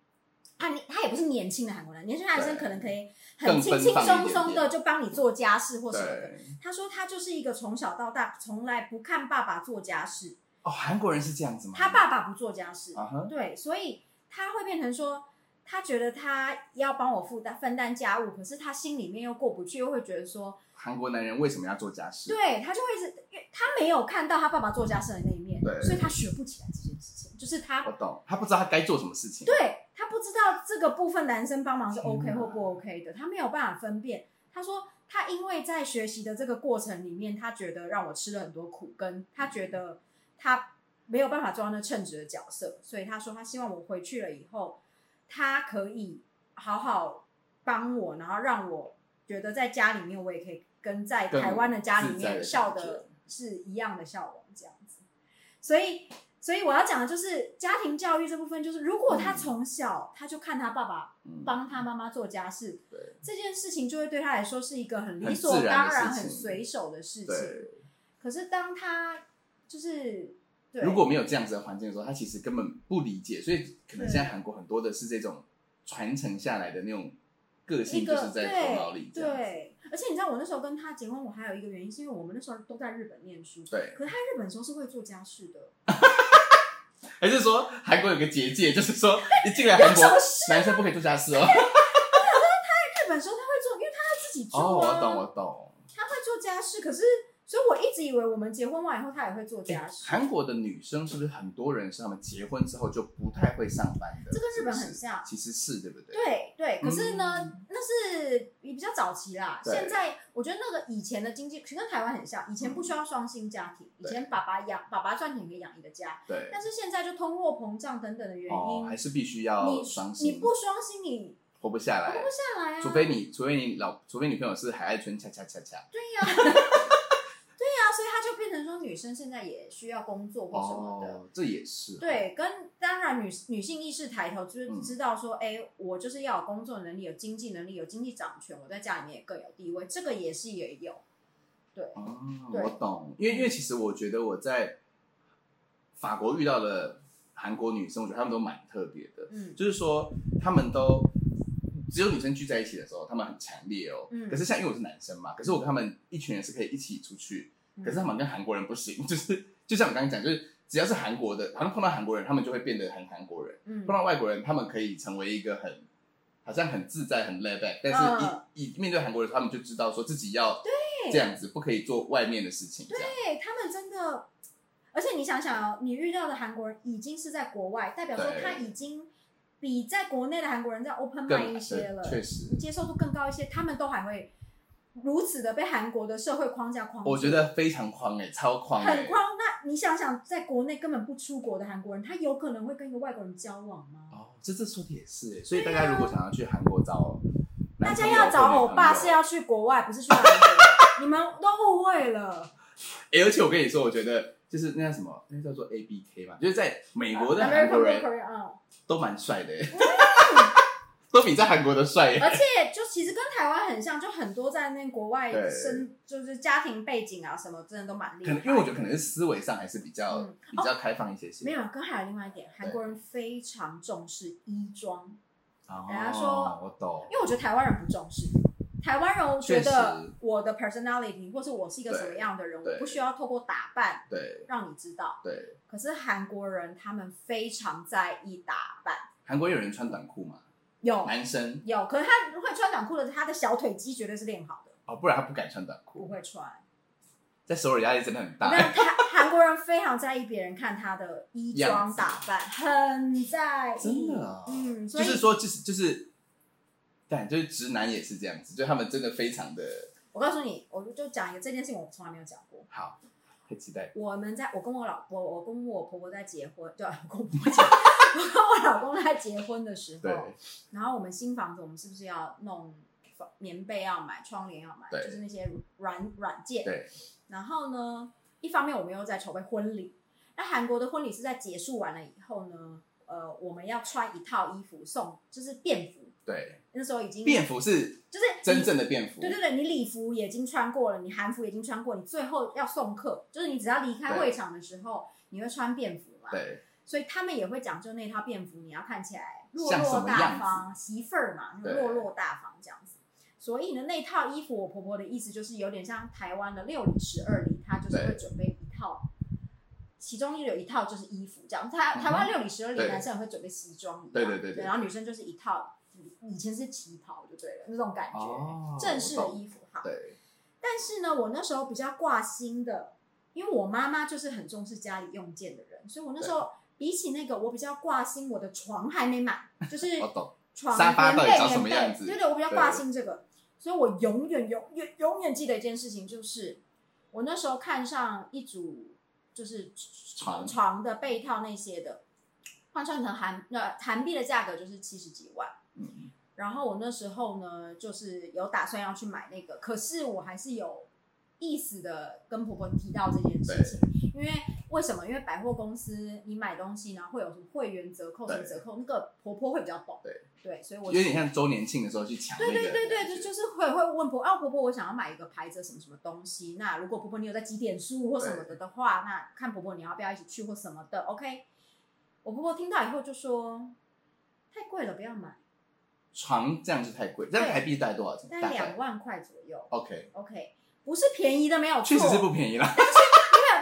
[SPEAKER 2] 他他也不是年轻的韩国人，年轻的男生
[SPEAKER 1] 对
[SPEAKER 2] 可能可以
[SPEAKER 1] 更
[SPEAKER 2] 很轻
[SPEAKER 1] 奔
[SPEAKER 2] 轻
[SPEAKER 1] 放一
[SPEAKER 2] 松
[SPEAKER 1] 点
[SPEAKER 2] 松的
[SPEAKER 1] 点
[SPEAKER 2] 就帮你做家事或什么的。
[SPEAKER 1] 对，
[SPEAKER 2] 他说他就是一个从小到大从来不看爸爸做家事，
[SPEAKER 1] 哦，韩国人是这样子吗？
[SPEAKER 2] 他爸爸不做家事，
[SPEAKER 1] 啊哈，
[SPEAKER 2] 对，所以他会变成说，他觉得他要帮我负担分担家务，可是他心里面又过不去，又会觉得说，
[SPEAKER 1] 韩国男人为什么要做家事？
[SPEAKER 2] 对他就会一直，因为他没有看到他爸爸做家事的那一面，
[SPEAKER 1] 对
[SPEAKER 2] 所以他学不起来这件事情，就是他
[SPEAKER 1] 我懂，他不知道他该做什么事情。
[SPEAKER 2] 啊对他不知道这个部分男生帮忙是
[SPEAKER 1] 天
[SPEAKER 2] OK
[SPEAKER 1] 哪
[SPEAKER 2] 或不 OK 的，他没有办法分辨。他说他因为在学习的这个过程里面，他觉得让我吃了很多苦，跟他觉得他没有办法做到那称职的角色，所以他说他希望我回去了以后，他可以好好帮我，然后让我觉得在家里面我也可以跟在
[SPEAKER 1] 更
[SPEAKER 2] 台湾的家里
[SPEAKER 1] 自在的
[SPEAKER 2] 面笑
[SPEAKER 1] 感
[SPEAKER 2] 的
[SPEAKER 1] 觉
[SPEAKER 2] 是一样的笑容这样子。所以，所以我要讲的就是家庭教育这部分，就是如果他从小他就看他爸爸
[SPEAKER 1] 嗯
[SPEAKER 2] 啊帮他妈妈做家事，
[SPEAKER 1] 对
[SPEAKER 2] 这件事情就会对他来说是一个很理
[SPEAKER 1] 很
[SPEAKER 2] 所
[SPEAKER 1] 自然
[SPEAKER 2] 当
[SPEAKER 1] 的
[SPEAKER 2] 然、
[SPEAKER 1] 事
[SPEAKER 2] 很
[SPEAKER 1] 情
[SPEAKER 2] 随手的事情。
[SPEAKER 1] 对，
[SPEAKER 2] 可是当他就是对，
[SPEAKER 1] 如果没有这样子的环境的时候，他其实根本不理解，所以可能现在韩国很多的是这种传承下来的那种个
[SPEAKER 2] 一
[SPEAKER 1] 性，就
[SPEAKER 2] 个
[SPEAKER 1] 是在头脑里这
[SPEAKER 2] 对
[SPEAKER 1] 样子。
[SPEAKER 2] 对，而且你知道我那时候跟他结婚，我还有一个原因是因为我们那时候都在日本念书，
[SPEAKER 1] 对，
[SPEAKER 2] 可是他日本的时候是会做家事的，
[SPEAKER 1] 还是说韩国有个结界，就是 说一进来韩国
[SPEAKER 2] 有什么事
[SPEAKER 1] 男生不可以做家事哦。
[SPEAKER 2] 日本的时候他会做，因为他要自己做、啊。
[SPEAKER 1] 哦，我懂，我懂。
[SPEAKER 2] 他会做家事，可是所以我一直以为我们结婚完以后他也会做家事，
[SPEAKER 1] 韩国的女生是不是很多人是他们结婚之后就不太会上班的？
[SPEAKER 2] 这跟日本
[SPEAKER 1] 是不
[SPEAKER 2] 很
[SPEAKER 1] 是
[SPEAKER 2] 像
[SPEAKER 1] 其实是对不对？
[SPEAKER 2] 对对，可是呢，
[SPEAKER 1] 嗯
[SPEAKER 2] 那是也比较早期啦。
[SPEAKER 1] 对
[SPEAKER 2] 现在我觉得那个以前的经济，其实跟台湾很像，以前不需要双薪家庭，以
[SPEAKER 1] 对
[SPEAKER 2] 前爸爸养爸爸赚钱可以养一个家，
[SPEAKER 1] 对
[SPEAKER 2] 但是现在就通货膨胀等等的原因，
[SPEAKER 1] 哦，还是必须要
[SPEAKER 2] 你
[SPEAKER 1] 双薪，
[SPEAKER 2] 你不双薪你
[SPEAKER 1] 活不下来，
[SPEAKER 2] 活不下来啊，
[SPEAKER 1] 除非你，除非你老，除非女朋友是海爱春恰恰恰恰，
[SPEAKER 2] 对呀、所以他就变成说女生现在也需要工作或什么的。
[SPEAKER 1] 哦，这也是
[SPEAKER 2] 对，跟当然女女性意识抬头，就是
[SPEAKER 1] 嗯
[SPEAKER 2] 知道说，哎、我就是要有工作能力、有经济能力、有经济掌权，我在家里面也更有地位，这个也是也有。对，
[SPEAKER 1] 哦，
[SPEAKER 2] 对
[SPEAKER 1] 我懂，因为因为其实我觉得我在法国遇到的韩国女生，我觉得她们都蛮特别的，
[SPEAKER 2] 嗯，
[SPEAKER 1] 就是说她们都只有女生聚在一起的时候，她们很强烈哦，
[SPEAKER 2] 嗯
[SPEAKER 1] 可是像因为我是男生嘛，可是我跟她们一群人是可以一起出去，
[SPEAKER 2] 嗯
[SPEAKER 1] 可是他们跟韩国人不行， 就是就像我刚刚讲，就是只要是韩国的，好像碰到韩国人，他们就会变得很韩国人。
[SPEAKER 2] 嗯
[SPEAKER 1] 碰到外国人，他们可以成为一个很好像很自在、很 laid back，但是一、
[SPEAKER 2] 嗯
[SPEAKER 1] 一面对韩国人，他们就知道说自己要
[SPEAKER 2] 对
[SPEAKER 1] 这样子，不可以做外面的事情。这样
[SPEAKER 2] 对他们真的，而且你想想哦，你遇到的韩国人已经是在国外，代表说
[SPEAKER 1] 对
[SPEAKER 2] 他已经比在国内的韩国人在 open
[SPEAKER 1] 更
[SPEAKER 2] mind 一些了，
[SPEAKER 1] 对确实，
[SPEAKER 2] 接受度更高一些，他们都还会如此的被韩国的社会框架框住。
[SPEAKER 1] 我觉得非常狂哎、超狂哎、
[SPEAKER 2] 很框。那你想想，在国内根本不出国的韩国人，他有可能会跟一个外国人交往吗？
[SPEAKER 1] 哦，这这说的也是哎、所以大家如果想要去韩国找
[SPEAKER 2] 啊大
[SPEAKER 1] 男
[SPEAKER 2] 家
[SPEAKER 1] 朋友
[SPEAKER 2] 要找
[SPEAKER 1] 或女
[SPEAKER 2] 欧巴
[SPEAKER 1] 朋
[SPEAKER 2] 是啊
[SPEAKER 1] 友
[SPEAKER 2] 要去国外，不是去韩国。你们都误会了。
[SPEAKER 1] 欸哎、而且我跟你说，我觉得就是那叫什么，那叫做 A B K 嘛，就是在美国的
[SPEAKER 2] American 嗯
[SPEAKER 1] 韩国人
[SPEAKER 2] Korean，嗯
[SPEAKER 1] 都蛮帅的耶， 都比在韩国的帅欸耶。
[SPEAKER 2] 而且就其实跟台湾很像，就很多在那国外
[SPEAKER 1] 对
[SPEAKER 2] 生，就是家庭背景啊什么，真的都蛮厉
[SPEAKER 1] 可
[SPEAKER 2] 害
[SPEAKER 1] 能
[SPEAKER 2] 的。
[SPEAKER 1] 因为我觉得可能是思维上还是比较、
[SPEAKER 2] 嗯
[SPEAKER 1] 比较开放一些些。
[SPEAKER 2] 没有，跟还有另外一点，韩国人非常重视衣装，
[SPEAKER 1] 哦，
[SPEAKER 2] 人家说
[SPEAKER 1] 我懂
[SPEAKER 2] 因，为我觉得台湾人不重视。台湾人我觉
[SPEAKER 1] 确
[SPEAKER 2] 得
[SPEAKER 1] 实
[SPEAKER 2] 我的 personality 或是我是一个
[SPEAKER 1] 对
[SPEAKER 2] 什么样的人，
[SPEAKER 1] 对
[SPEAKER 2] 我不需要透过打扮
[SPEAKER 1] 对
[SPEAKER 2] 让你知道。
[SPEAKER 1] 对。
[SPEAKER 2] 可是韩国人他们非常在意打扮，
[SPEAKER 1] 韩国有人穿短裤嘛？
[SPEAKER 2] 有
[SPEAKER 1] 男生
[SPEAKER 2] 有，可是他会穿短裤的，他的小腿肌绝对是练好的，
[SPEAKER 1] 哦，不然他不敢穿短
[SPEAKER 2] 不
[SPEAKER 1] 裤。
[SPEAKER 2] 会穿。
[SPEAKER 1] 在首尔压力真的很大
[SPEAKER 2] 那。韩韩国人非常在意别人看他的衣
[SPEAKER 1] 样
[SPEAKER 2] 装
[SPEAKER 1] 子
[SPEAKER 2] 打扮，很在意。
[SPEAKER 1] 真的啊
[SPEAKER 2] 嗯，所
[SPEAKER 1] 就
[SPEAKER 2] 以
[SPEAKER 1] 是说，就是就是，但就是直男也是这样子，就他们真的非常的
[SPEAKER 2] 我告诉你，我就讲一个这件事情，我从来没有讲过。
[SPEAKER 1] 好，太期待了。
[SPEAKER 2] 我们在我跟我老我我跟我婆婆在结婚，对，我跟我婆婆结婚 我跟我老公在结婚的时
[SPEAKER 1] 对
[SPEAKER 2] 候，然后我们新房子，我们是不是要弄棉被要买，窗帘要买，
[SPEAKER 1] 对
[SPEAKER 2] 就是那些软软件。
[SPEAKER 1] 对，
[SPEAKER 2] 然后呢，一方面我们又在筹备婚礼，那韩国的婚礼是在结束完了以后呢，呃，我们要穿一套衣服送，就是便服。
[SPEAKER 1] 对，
[SPEAKER 2] 那时候已经
[SPEAKER 1] 便服是
[SPEAKER 2] 就是你
[SPEAKER 1] 真正的便服，
[SPEAKER 2] 对对对，你礼服已经穿过了，你韩服已经穿过，你最后要送客，就是你只要离开
[SPEAKER 1] 对
[SPEAKER 2] 会场的时候，你会穿便服嘛？。
[SPEAKER 1] 对
[SPEAKER 2] 所以他们也会讲究那套便服，你要看起来落
[SPEAKER 1] 像什
[SPEAKER 2] 落
[SPEAKER 1] 么
[SPEAKER 2] 大
[SPEAKER 1] 样
[SPEAKER 2] 方，媳妇儿嘛，就
[SPEAKER 1] 对
[SPEAKER 2] 落落大方这样子。所以呢，那套衣服，我婆婆的意思就是有点像台湾的六里十二里，她就是
[SPEAKER 1] 对
[SPEAKER 2] 会准备一套，其中有一套就是衣服这样。台台湾六里十二里，
[SPEAKER 1] 嗯对
[SPEAKER 2] 男生也会准备西装一样，
[SPEAKER 1] 对对对对
[SPEAKER 2] 然后女生就是一套，以前是旗袍就对了，那种感觉，
[SPEAKER 1] 哦
[SPEAKER 2] 正式的
[SPEAKER 1] 我懂
[SPEAKER 2] 衣服好。
[SPEAKER 1] 对
[SPEAKER 2] 但是呢，我那时候比较挂心的，因为我妈妈就是很重视家里用件的人，所以我那时候比起那个，我比较挂心我的床还没买，就是
[SPEAKER 1] 我懂
[SPEAKER 2] 床
[SPEAKER 1] 沙发
[SPEAKER 2] 棉
[SPEAKER 1] 到底
[SPEAKER 2] 被
[SPEAKER 1] 长什
[SPEAKER 2] 棉
[SPEAKER 1] 么
[SPEAKER 2] 被
[SPEAKER 1] 样子
[SPEAKER 2] 对对，我比较挂心这个，所以我永远永远永远记得一件事情，就是我那时候看上一组就是
[SPEAKER 1] 床
[SPEAKER 2] 床的被套那些的，换算成韩那韩币的价格就是七十几万。
[SPEAKER 1] 嗯，
[SPEAKER 2] 然后我那时候呢，就是有打算要去买那个，可是我还是有意思的跟婆婆提到这件事情，因为为什么？因为百货公司你买东西，然后会有什么会员折扣、什么
[SPEAKER 1] 对
[SPEAKER 2] 折扣，那个婆婆会比较懂。
[SPEAKER 1] 对
[SPEAKER 2] 对，所以我
[SPEAKER 1] 有点像周年庆的时候去抢那
[SPEAKER 2] 对
[SPEAKER 1] 个感觉，
[SPEAKER 2] 对对对，就就是会会问婆婆啊，婆婆，我想要买一个牌子的什么什么东西。那如果婆婆你有在几点数或什么的的话，那看婆婆你要不要一起去或什么的。OK，我婆婆听到以后就说太贵了，不要买，
[SPEAKER 1] 床这样是太贵，这样台币大概多少钱？
[SPEAKER 2] 大
[SPEAKER 1] 大
[SPEAKER 2] 概
[SPEAKER 1] 概
[SPEAKER 2] 两万块左右。
[SPEAKER 1] OK，
[SPEAKER 2] OK，不是便宜的没有错，
[SPEAKER 1] 确实是不
[SPEAKER 2] 没有。
[SPEAKER 1] 便宜啦。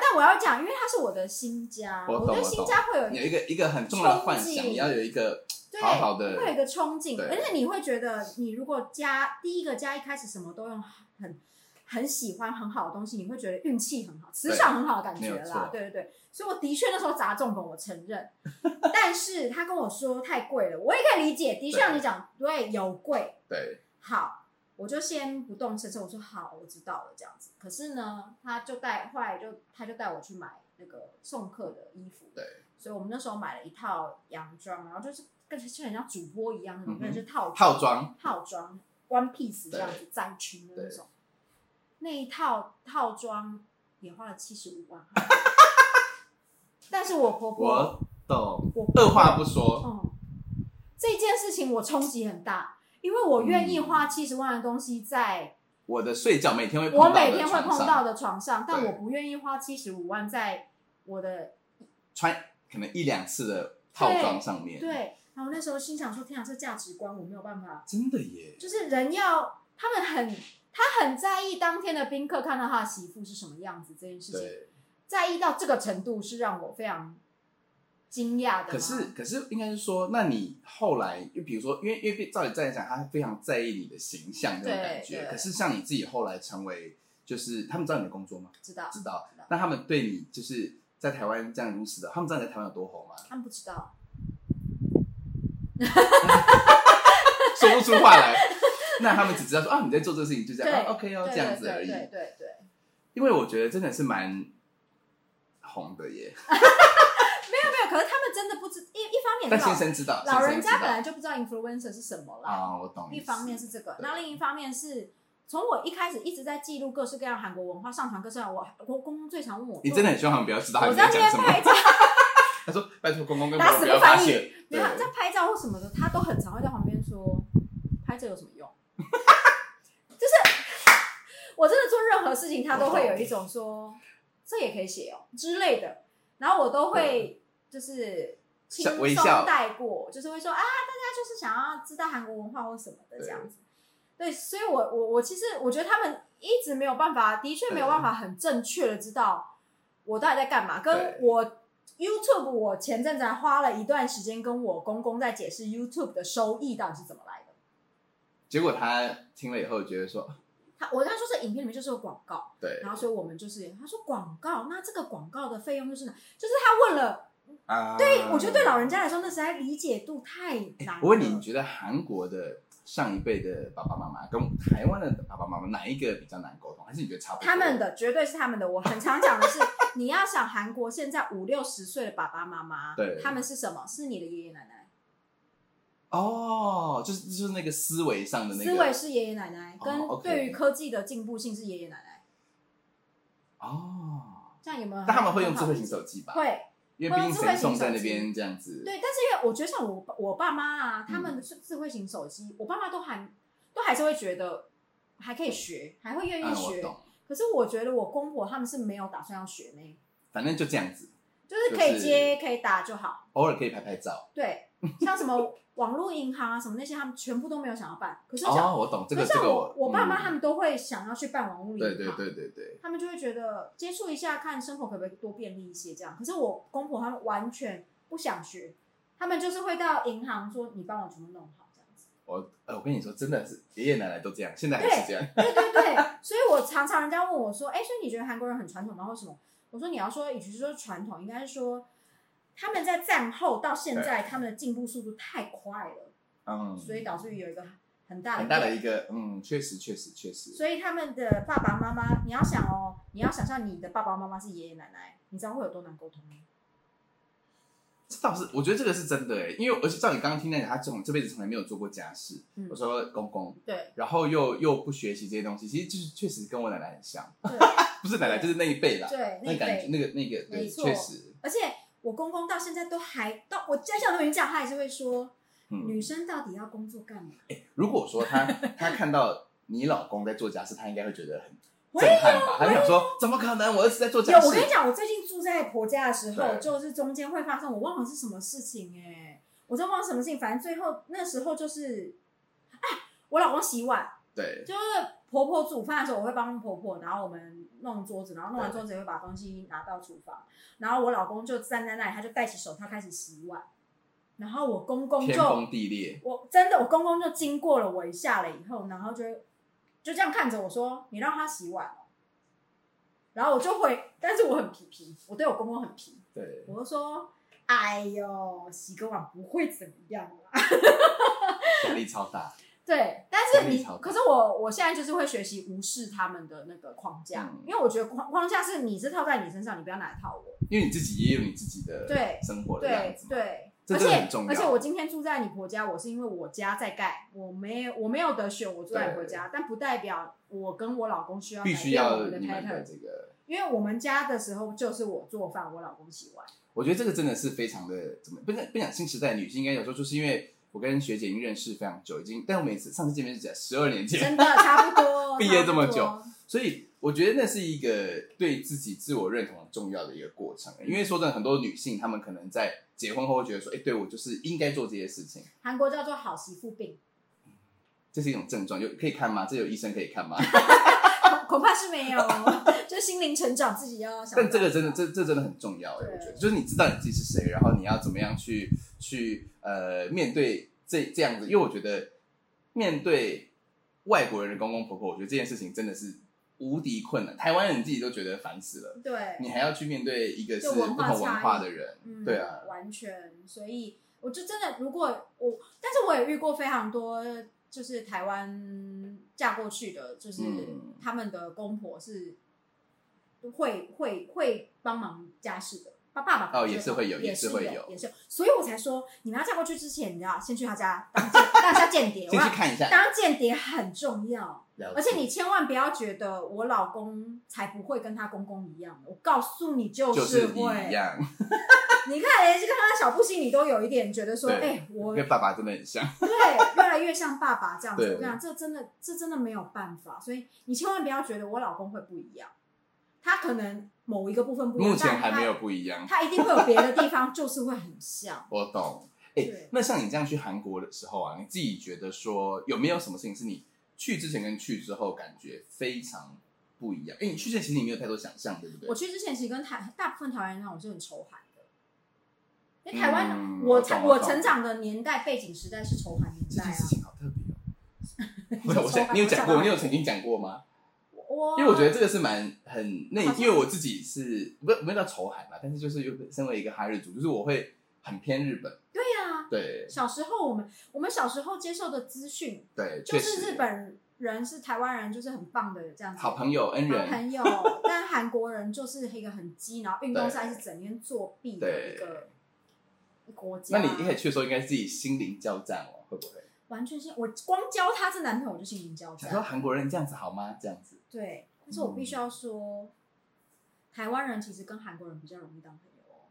[SPEAKER 2] 但我要讲，因为它是我的新家，
[SPEAKER 1] 我懂
[SPEAKER 2] 对
[SPEAKER 1] 我懂
[SPEAKER 2] 新家会有
[SPEAKER 1] 有
[SPEAKER 2] 一
[SPEAKER 1] 一个一个很重要的幻
[SPEAKER 2] 憧憬
[SPEAKER 1] 想，你要有一个
[SPEAKER 2] 对
[SPEAKER 1] 好好的
[SPEAKER 2] 会有一个憧憬，
[SPEAKER 1] 对
[SPEAKER 2] 而且你会觉得，你如果家第一个家一开始什么都用很很喜欢很好的东西，你会觉得运气很好，磁场很好的感觉
[SPEAKER 1] 没有错
[SPEAKER 2] 啦，对对对。所以我的确那时候砸重本，我承认。 但是他跟我说太贵了，我也可以理解，的确
[SPEAKER 1] 对
[SPEAKER 2] 像你讲，对，有贵，
[SPEAKER 1] 对
[SPEAKER 2] 好，我就先不动声色，我说好，我知道了这样子。可是呢，他就带，后来就他就带我去买那个送客的衣服，
[SPEAKER 1] 对，
[SPEAKER 2] 所以我们那时候买了一套洋装，然后就是跟就很像主播一样那
[SPEAKER 1] 嗯
[SPEAKER 2] 种，
[SPEAKER 1] 哼
[SPEAKER 2] 那、就是套
[SPEAKER 1] 套装
[SPEAKER 2] 套装 one piece 这
[SPEAKER 1] 对
[SPEAKER 2] 样子窄裙的那
[SPEAKER 1] 对
[SPEAKER 2] 种，那一套套装也花了七十五万， 但是我婆婆
[SPEAKER 1] 我懂，
[SPEAKER 2] 我婆
[SPEAKER 1] 二话
[SPEAKER 2] 婆
[SPEAKER 1] 不说，
[SPEAKER 2] 嗯，这件事情我冲击很大，因为我愿意花七十万的东西在
[SPEAKER 1] 我的睡觉每天嗯会碰
[SPEAKER 2] 我
[SPEAKER 1] 到的
[SPEAKER 2] 每天会
[SPEAKER 1] 床
[SPEAKER 2] 碰
[SPEAKER 1] 上
[SPEAKER 2] 到的床上，但
[SPEAKER 1] 对
[SPEAKER 2] 我不愿意花七十五万在我的
[SPEAKER 1] 穿可能一两次的套装上面，，
[SPEAKER 2] 对。然后那时候心想说：“天啊，这价值观我没有办法，
[SPEAKER 1] 真的耶，
[SPEAKER 2] 就是人要他们很他很在意当天的宾客看到他的媳妇是什么样子这件事情，
[SPEAKER 1] 对。
[SPEAKER 2] 在意到这个程度是让我非常惊讶的吗。
[SPEAKER 1] 可是可是应该是说，那你后来，就比如说，因为因为照理再讲，他非常在意你的形象这种感觉。
[SPEAKER 2] 对对
[SPEAKER 1] 可是像你自己后来成为，就是他们知道你的工作吗？
[SPEAKER 2] 知道
[SPEAKER 1] 知道
[SPEAKER 2] 知道。
[SPEAKER 1] 那他们对你就是在台湾这样如此的，他们知道你在台湾有多红吗？
[SPEAKER 2] 他们不知道，
[SPEAKER 1] 说不出话来。那他们只知道说啊，你在做这个事情，就这样、
[SPEAKER 2] 对
[SPEAKER 1] 啊、，OK 哦，
[SPEAKER 2] 对
[SPEAKER 1] 这样子而已。
[SPEAKER 2] 对对对对。
[SPEAKER 1] 因为我觉得真的是蛮红的耶，
[SPEAKER 2] 没有，可是他们真的不知一一方 面
[SPEAKER 1] 但
[SPEAKER 2] 是
[SPEAKER 1] 先
[SPEAKER 2] 老
[SPEAKER 1] 生知道，
[SPEAKER 2] 哎老
[SPEAKER 1] 先
[SPEAKER 2] 人
[SPEAKER 1] 生知
[SPEAKER 2] 家
[SPEAKER 1] 道
[SPEAKER 2] 本来就不知道 influencer 是什么啦，
[SPEAKER 1] 啊，我懂意
[SPEAKER 2] 一
[SPEAKER 1] 思。
[SPEAKER 2] 方面是这个，
[SPEAKER 1] 对
[SPEAKER 2] 那另一方面是从我一开始一直在记录各式各样韩国文化，上传各式各样我我公公最常问我，
[SPEAKER 1] 你真的很凶，他们不要知道
[SPEAKER 2] 我
[SPEAKER 1] 你
[SPEAKER 2] 在那
[SPEAKER 1] 讲
[SPEAKER 2] 边
[SPEAKER 1] 什
[SPEAKER 2] 拍
[SPEAKER 1] 么。
[SPEAKER 2] 照，
[SPEAKER 1] 他说：“拜托公公跟婆
[SPEAKER 2] 打
[SPEAKER 1] 婆
[SPEAKER 2] 死
[SPEAKER 1] 不
[SPEAKER 2] 不
[SPEAKER 1] 要发
[SPEAKER 2] 翻译
[SPEAKER 1] 现。”
[SPEAKER 2] 没
[SPEAKER 1] 对
[SPEAKER 2] 有，在拍照或什么的，他都很常会在旁边说，拍这有什么用？ 就是我真的做任何事情，他都会有一种说这也可以写哦之类的，然后我都会就是轻
[SPEAKER 1] 小微
[SPEAKER 2] 松
[SPEAKER 1] 笑
[SPEAKER 2] 带过，就是会说啊，大家就是想要知道韩国文化或什么的这样子。对，所以我我我其实我觉得他们一直没有办法，的确没有办法啊很正确的知道我到底在干嘛，跟
[SPEAKER 1] 对
[SPEAKER 2] 我。YouTube，我前阵子还花了一段时间跟我公公在解释 YouTube 的收益到底是怎么来的。
[SPEAKER 1] 结果他听了以后觉得说
[SPEAKER 2] 他我跟他说，这影片里面就是有广告，：“
[SPEAKER 1] 对
[SPEAKER 2] 然后所以我们就是，他说广告，那这个广告的费用就是哪？就是他问了，
[SPEAKER 1] 啊，哎
[SPEAKER 2] 对、我觉得对老人家来说，那实在理解度太难了。
[SPEAKER 1] 我问你，你觉得韩国的上一辈的爸爸妈妈跟台湾的爸爸妈妈哪一个比较难沟通？还是你觉得差不多？
[SPEAKER 2] 他们的绝对是他们的。我很常讲的是，你要想韩国现在五六十岁的爸爸妈妈，
[SPEAKER 1] 对
[SPEAKER 2] 他们是什么？是你的爷爷奶奶，
[SPEAKER 1] 哦，就是就是那个思维上的那个
[SPEAKER 2] 思维是爷爷奶奶，
[SPEAKER 1] 哦
[SPEAKER 2] 跟
[SPEAKER 1] OK
[SPEAKER 2] 对于科技的进步性是爷爷奶奶。
[SPEAKER 1] 哦，
[SPEAKER 2] 这样有没有很好？
[SPEAKER 1] 但他们会用智慧型手机吧？，
[SPEAKER 2] 会，
[SPEAKER 1] 因为毕竟神
[SPEAKER 2] 会用智慧
[SPEAKER 1] 送
[SPEAKER 2] 型
[SPEAKER 1] 在那
[SPEAKER 2] 手机
[SPEAKER 1] 边这样子。嗯
[SPEAKER 2] 对，但是因为我觉得像我爸我爸妈啊，他们是智慧型手机，
[SPEAKER 1] 嗯
[SPEAKER 2] 我爸妈都还都还是会觉得还可以学，还会愿
[SPEAKER 1] 嗯，
[SPEAKER 2] 意
[SPEAKER 1] 我
[SPEAKER 2] 学。
[SPEAKER 1] 懂，
[SPEAKER 2] 可是我觉得我公婆他们是没有打算要学呢，
[SPEAKER 1] 反正就这样子，
[SPEAKER 2] 就是可以接、可以打就好。
[SPEAKER 1] 偶尔可以拍拍照。
[SPEAKER 2] 对，像 什么网络银行啊什么那些，他们全部都没有想要办。可是像、
[SPEAKER 1] 哦，我懂这个
[SPEAKER 2] 可是
[SPEAKER 1] 这
[SPEAKER 2] 像
[SPEAKER 1] 个
[SPEAKER 2] 我、我爸妈他
[SPEAKER 1] 们
[SPEAKER 2] 们都会想要去办网络银行，啊
[SPEAKER 1] 对对对对对，
[SPEAKER 2] 他们就会觉得接触一下，看生活可不可以多便利一些这样。可是我公婆他们完全不想学，他们就是会到银行说：“你帮我全部弄好。”这样子。
[SPEAKER 1] 我呃，我跟你说，真的是爷爷奶奶都这样，现在还
[SPEAKER 2] 对
[SPEAKER 1] 是这样。
[SPEAKER 2] 对对对， 所以我常常人家问我说：“哎、所以你觉得韩国人很传统吗？或什么？”我说：“你要说，与其说传统，应该是说他们在战后到现在，他们的进步速度太快了，
[SPEAKER 1] 嗯，
[SPEAKER 2] 所以导致于有一个很大的
[SPEAKER 1] 很大的
[SPEAKER 2] gap
[SPEAKER 1] 一个嗯，确实确实确实。
[SPEAKER 2] 所以他们的爸爸妈妈，你要想哦，你要想象你的爸爸妈妈是爷爷奶奶，你知道会有多难沟通吗？
[SPEAKER 1] 这倒是，我觉得这个是真的哎，因为而且照你刚刚听那个，他从这辈子从来没有做过家事。
[SPEAKER 2] 嗯
[SPEAKER 1] 我说公公，
[SPEAKER 2] 对
[SPEAKER 1] 然后又又不学习这些东西，其实就是确实跟我奶奶很像，
[SPEAKER 2] 对
[SPEAKER 1] 不是奶奶就是那一辈啦，
[SPEAKER 2] 对，
[SPEAKER 1] 那
[SPEAKER 2] 一
[SPEAKER 1] 感觉
[SPEAKER 2] 辈。
[SPEAKER 1] 那个那个
[SPEAKER 2] 没
[SPEAKER 1] 对，
[SPEAKER 2] 错
[SPEAKER 1] 确实
[SPEAKER 2] 而且我公公到现在都还到我家乡都已经这样，他还是会说，
[SPEAKER 1] 嗯。
[SPEAKER 2] 女生到底要工作干嘛？
[SPEAKER 1] 如果说他他看到你老公在做家事，他应该会觉得很
[SPEAKER 2] 我
[SPEAKER 1] 震撼吧？他就想说，怎么可能？我儿子在做
[SPEAKER 2] 啊有，
[SPEAKER 1] 家
[SPEAKER 2] 我
[SPEAKER 1] 事
[SPEAKER 2] 跟你，讲，我最近住在婆家的时候，
[SPEAKER 1] 对
[SPEAKER 2] 就是中间会发生，我忘了是什么事情哎、我真忘了什么事情，反正最后那时候就是，哎，我老公洗碗，
[SPEAKER 1] 对
[SPEAKER 2] 就是婆婆煮饭的时候，我会帮婆婆，然后我们弄桌子，然后弄完桌子也会把东西拿到厨房，然后我老公就站在那里，他就戴起手套开始洗碗，然后我公公
[SPEAKER 1] 天
[SPEAKER 2] 就
[SPEAKER 1] 崩地裂，
[SPEAKER 2] 我真的，我公公就经过了我一下了以后，然后就就这样看着我说：“你让他洗碗哦。”然后我就回，但是我很皮皮，我对我公公很皮，
[SPEAKER 1] 对，
[SPEAKER 2] 我就说：“哎呦，洗个碗不会怎么样啦。
[SPEAKER 1] 压力超大。”
[SPEAKER 2] 对，但是
[SPEAKER 1] 压
[SPEAKER 2] 你
[SPEAKER 1] 力超，大
[SPEAKER 2] 可是我我现在就是会学习无视他们的那个框架，
[SPEAKER 1] 嗯
[SPEAKER 2] 因为我觉得框框架是你是套在你身上，你不要拿来套我。
[SPEAKER 1] 因为你自己也有你自己的
[SPEAKER 2] 对
[SPEAKER 1] 生活的样
[SPEAKER 2] 对
[SPEAKER 1] 子嘛，
[SPEAKER 2] 对，
[SPEAKER 1] 这
[SPEAKER 2] 而
[SPEAKER 1] 真的
[SPEAKER 2] 且
[SPEAKER 1] 很重要
[SPEAKER 2] 而且我今天住在你婆家，我是因为我家在盖，我没有我没有得选，我住在你婆家，但不代表我跟我老公需要
[SPEAKER 1] 必
[SPEAKER 2] 改
[SPEAKER 1] 须
[SPEAKER 2] 变我
[SPEAKER 1] 要
[SPEAKER 2] 们的
[SPEAKER 1] 你们的
[SPEAKER 2] pattern，
[SPEAKER 1] 这个。
[SPEAKER 2] 因为我们家的时候就是我做饭，我老公洗碗，
[SPEAKER 1] 我觉得这个真的是非常的怎么不是不讲新时代女性，应该有时候就是因为我跟学姐已经认识非常久，已经但我每次上次见面是讲十二年前，
[SPEAKER 2] 真的差不 多。
[SPEAKER 1] 毕业这么久
[SPEAKER 2] 差不多，
[SPEAKER 1] 所以我觉得那是一个对自己自我认同很重要的一个过程。欸因为说真的，很多女性她们可能在结婚后会觉得说，哎、对我就是应该做这些事情，
[SPEAKER 2] 韩国叫做好媳妇病，
[SPEAKER 1] 这是一种症状，有可以看吗？这有医生可以看吗？
[SPEAKER 2] 恐怕是没有，哦 就心灵成长自己要想办
[SPEAKER 1] 但
[SPEAKER 2] 法。
[SPEAKER 1] 这个真的，这这真的很重要哎、
[SPEAKER 2] 对
[SPEAKER 1] 我觉得就是你知道你自己是谁，然后你要怎么样去去呃面对这这样子，因为我觉得面对外国人的公公婆婆，我觉得这件事情真的是无敌困难。台湾人自己都觉得烦死了，
[SPEAKER 2] 对，
[SPEAKER 1] 你还要去面对一个是
[SPEAKER 2] 就
[SPEAKER 1] 不
[SPEAKER 2] 文
[SPEAKER 1] 同
[SPEAKER 2] 化差异
[SPEAKER 1] 文化的人，
[SPEAKER 2] 嗯，
[SPEAKER 1] 对啊，
[SPEAKER 2] 完全。所以我就真的，如果我，但是我也遇过非常多，就是台湾嫁过去的，就是
[SPEAKER 1] 嗯
[SPEAKER 2] 他们的公婆是会会会帮忙家事的，爸爸爸
[SPEAKER 1] 哦也是会有
[SPEAKER 2] 也
[SPEAKER 1] 也是
[SPEAKER 2] 是
[SPEAKER 1] 会有
[SPEAKER 2] 有，也是有，所以我才说你们要嫁过去之前，你要先去他家当间当一下间谍，我
[SPEAKER 1] 先
[SPEAKER 2] 要
[SPEAKER 1] 去看一下，
[SPEAKER 2] 当间谍很重要，
[SPEAKER 3] 了解
[SPEAKER 2] 而且你千万不要觉得我老公才不会跟他公公一样，我告诉你就
[SPEAKER 1] 就是
[SPEAKER 2] 会。
[SPEAKER 1] 一样，
[SPEAKER 2] 你看，连刚刚小布希，你都有一点觉得说，哎、
[SPEAKER 1] 对
[SPEAKER 2] 我
[SPEAKER 1] 跟爸爸真的很像。
[SPEAKER 2] 对，越来越像爸爸这样子。
[SPEAKER 1] 对
[SPEAKER 2] 我跟你讲，这真的，这真的没有办法，所以你千万不要觉得我老公会不一样，他可能某一个部分不一样，
[SPEAKER 1] 目前
[SPEAKER 2] 但
[SPEAKER 1] 还
[SPEAKER 2] 他
[SPEAKER 1] 没有，不一样，
[SPEAKER 2] 他一定会有别的地方，就是会很像。
[SPEAKER 1] 我懂。哎、
[SPEAKER 2] 对
[SPEAKER 1] 那像你这样去韩国的时候啊，你自己觉得说有没有什么事情是你去之前跟去之后感觉非常不一样？哎、你去之前其实你没有太多想象，对不对
[SPEAKER 2] 我？去之前其实跟台大部分台湾人那种就很仇韩的，因为台湾、
[SPEAKER 1] 嗯
[SPEAKER 2] 我
[SPEAKER 1] 我懂
[SPEAKER 2] 我
[SPEAKER 1] 我懂
[SPEAKER 2] 成长的年代背景时代是仇韩年
[SPEAKER 1] 这
[SPEAKER 2] 代
[SPEAKER 1] 件
[SPEAKER 2] 啊
[SPEAKER 1] 事。情好特别哦。
[SPEAKER 2] 你
[SPEAKER 1] 我
[SPEAKER 2] 说
[SPEAKER 1] 我
[SPEAKER 2] 仇
[SPEAKER 1] 想
[SPEAKER 2] 韩
[SPEAKER 1] 你有讲过，
[SPEAKER 2] 我
[SPEAKER 1] 你有曾经讲过吗？
[SPEAKER 2] 我
[SPEAKER 1] 因为我觉得这个是蛮很那
[SPEAKER 2] 好，像
[SPEAKER 1] 因为我自己是不没有到仇韩啦，但是就是有身为一个哈日族，就是我会很偏日本，
[SPEAKER 2] 对呀、
[SPEAKER 1] 对
[SPEAKER 2] 小时候我们我们小时候接受的资讯
[SPEAKER 1] 对，确
[SPEAKER 2] 就是
[SPEAKER 1] 实
[SPEAKER 2] 日本人是台湾人，就是很棒的这样子。
[SPEAKER 1] 好朋友恩
[SPEAKER 2] 好
[SPEAKER 1] 人，
[SPEAKER 2] 朋友， 但韩国人就是一个很鸡，然后运动赛是整天作弊的一个国家。
[SPEAKER 1] 那你一开始去的时候应该自己心灵交战哦，会不会？
[SPEAKER 2] 完全是我光交他这男朋友我就心灵交
[SPEAKER 1] 想说
[SPEAKER 2] 战，
[SPEAKER 1] 韩国人这样子好吗？这样子，
[SPEAKER 2] 对。但是我必须要说，台湾人其实跟韩国人比较容易当朋友哦，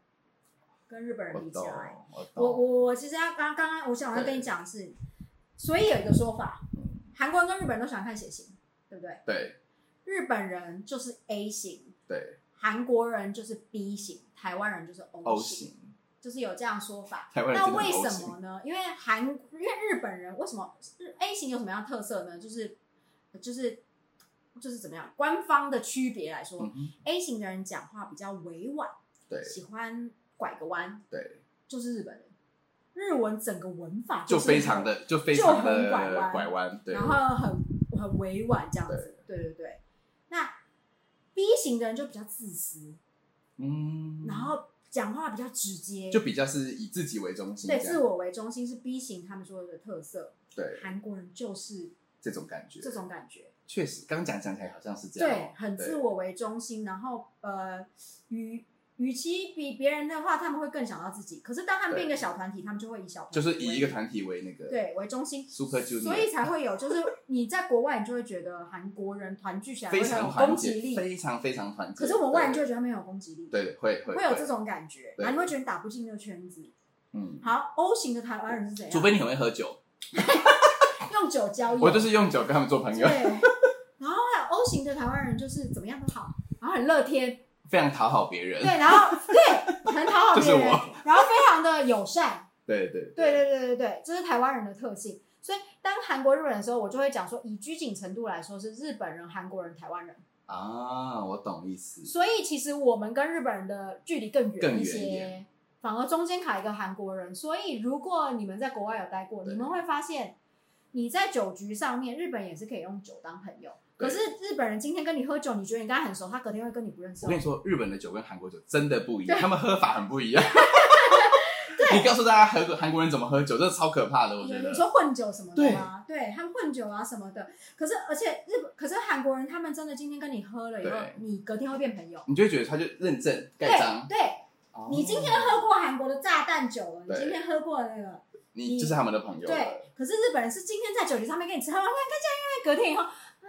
[SPEAKER 2] 跟日本
[SPEAKER 1] 我
[SPEAKER 2] 人比起
[SPEAKER 1] 懂
[SPEAKER 2] 来，，
[SPEAKER 1] 我
[SPEAKER 2] 我
[SPEAKER 1] 懂，
[SPEAKER 2] 我我其实要刚刚刚我想要跟你讲的是，所以有一个说法，韩国人跟日本人都喜欢看血型，对不对？
[SPEAKER 1] 嗯对
[SPEAKER 2] 日本人就是 A 型，
[SPEAKER 1] 对
[SPEAKER 2] 韩国人就是 B 型，台湾人就是 O
[SPEAKER 1] ，O
[SPEAKER 2] 型，
[SPEAKER 1] 型，
[SPEAKER 2] 就是有这样说法。
[SPEAKER 1] 台湾人
[SPEAKER 2] 那
[SPEAKER 1] 真的
[SPEAKER 2] 为
[SPEAKER 1] 很 O
[SPEAKER 2] 什
[SPEAKER 1] 型，
[SPEAKER 2] 么呢？因为韩，因为日本人为什么日 A 型有什么样的特色呢？就是就是就是怎么样？官方的区别来说、
[SPEAKER 1] 嗯哼，
[SPEAKER 2] a 型的人讲话比较委婉，
[SPEAKER 1] 对
[SPEAKER 2] 喜欢拐个弯，
[SPEAKER 1] 对，
[SPEAKER 2] 就是日本人。日文整个文法
[SPEAKER 1] 就是非常的就非常
[SPEAKER 2] 就很拐
[SPEAKER 1] 的
[SPEAKER 2] 弯
[SPEAKER 1] 拐弯，对
[SPEAKER 2] 然，后很很委婉这样子。对对对。那 B 型的人就比较自私，
[SPEAKER 1] 嗯，
[SPEAKER 2] 然后讲话比较直接，
[SPEAKER 1] 就比较是以自己为中心，
[SPEAKER 2] 对
[SPEAKER 1] 这
[SPEAKER 2] 自
[SPEAKER 1] 样
[SPEAKER 2] 我为中心是 B 型他们说的特色。
[SPEAKER 1] 对
[SPEAKER 2] 韩国人就是
[SPEAKER 1] 这种感觉，
[SPEAKER 2] 这种感觉，
[SPEAKER 1] 确实，刚讲讲起来好像是这样
[SPEAKER 2] 对
[SPEAKER 1] 哦，，
[SPEAKER 2] 很
[SPEAKER 1] 对
[SPEAKER 2] 自我为中心。然后呃，与与其比别人的话，他们会更想到自己。可是当他们
[SPEAKER 1] 对
[SPEAKER 2] 变一个小团体，他们就会以小团体
[SPEAKER 1] 就是以一个
[SPEAKER 2] 为
[SPEAKER 1] 团体为那个，
[SPEAKER 2] 对为中心。
[SPEAKER 1] Super Junior
[SPEAKER 2] 所以才会有，就是你在国外，你就会觉得韩国人团聚起来会
[SPEAKER 1] 非
[SPEAKER 2] 很
[SPEAKER 1] 常
[SPEAKER 2] 有
[SPEAKER 1] 团
[SPEAKER 2] 攻击
[SPEAKER 1] 结，
[SPEAKER 2] 力，
[SPEAKER 1] 非常非常团结。
[SPEAKER 2] 可是我们外人就会
[SPEAKER 1] 对
[SPEAKER 2] 觉得他们有攻击力，，
[SPEAKER 1] 对会会
[SPEAKER 2] 会有这，种感觉，
[SPEAKER 1] 对
[SPEAKER 2] 然后你会觉得你打不进那个圈子。
[SPEAKER 1] 嗯，
[SPEAKER 2] 好，O 型的台湾人是怎样？
[SPEAKER 1] 除非你很会喝酒，
[SPEAKER 2] 用酒交友，
[SPEAKER 1] 我就是用酒跟他们做朋友
[SPEAKER 2] 对，。然后还有 O 型的台湾人就是怎么样都好，然后很乐天，
[SPEAKER 1] 非常讨好别人。
[SPEAKER 2] 对，然后对很讨好别
[SPEAKER 1] 就是
[SPEAKER 2] 人
[SPEAKER 1] 我，
[SPEAKER 2] 然后非常的友善，
[SPEAKER 1] 对对
[SPEAKER 2] 对对对对对，这是台湾人的特性。所以当韩国、日本人的时候，我就会讲说，以拘谨程度来说，是日本人、韩国人、台湾人。
[SPEAKER 1] 啊，我懂意思。
[SPEAKER 2] 所以其实我们跟日本人的距离更
[SPEAKER 1] 更
[SPEAKER 2] 远
[SPEAKER 1] 远
[SPEAKER 2] 一
[SPEAKER 1] 一
[SPEAKER 2] 些
[SPEAKER 1] 点，
[SPEAKER 2] 反而中间卡一个韩国人。所以如果你们在国外有待过，
[SPEAKER 1] 对
[SPEAKER 2] 你们会发现你在酒局上面，日本也是可以用酒当朋友。可
[SPEAKER 1] 对
[SPEAKER 2] 是日本人今天跟你喝酒，你觉得你跟他很熟，他隔天会跟你不认识
[SPEAKER 1] 我
[SPEAKER 2] 哦。
[SPEAKER 1] 跟你说，日本的酒跟韩国酒真的不一样，他们喝法很不一 样。你告诉大家韩国韩国人怎么喝酒，这超可怕的，我
[SPEAKER 2] 你
[SPEAKER 1] 觉
[SPEAKER 2] 你
[SPEAKER 1] 得。
[SPEAKER 2] 说混酒什么的吗？对他们混酒啊什么的。可是而且日本，可是韩国人他们真的今天跟你喝了以后
[SPEAKER 1] 对，
[SPEAKER 2] 你隔天会变朋友。
[SPEAKER 1] 你就会觉得他就认证
[SPEAKER 2] 对
[SPEAKER 1] 盖章，
[SPEAKER 2] 对，
[SPEAKER 1] 哦
[SPEAKER 2] 你今天喝过韩国的炸弹酒了，你
[SPEAKER 1] 对
[SPEAKER 2] 今天喝过那个。
[SPEAKER 1] 你就是他们的朋友了，
[SPEAKER 2] 对，可是日本人是今天在酒局上面跟你吃喝玩乐，看看见因为隔天以后啊，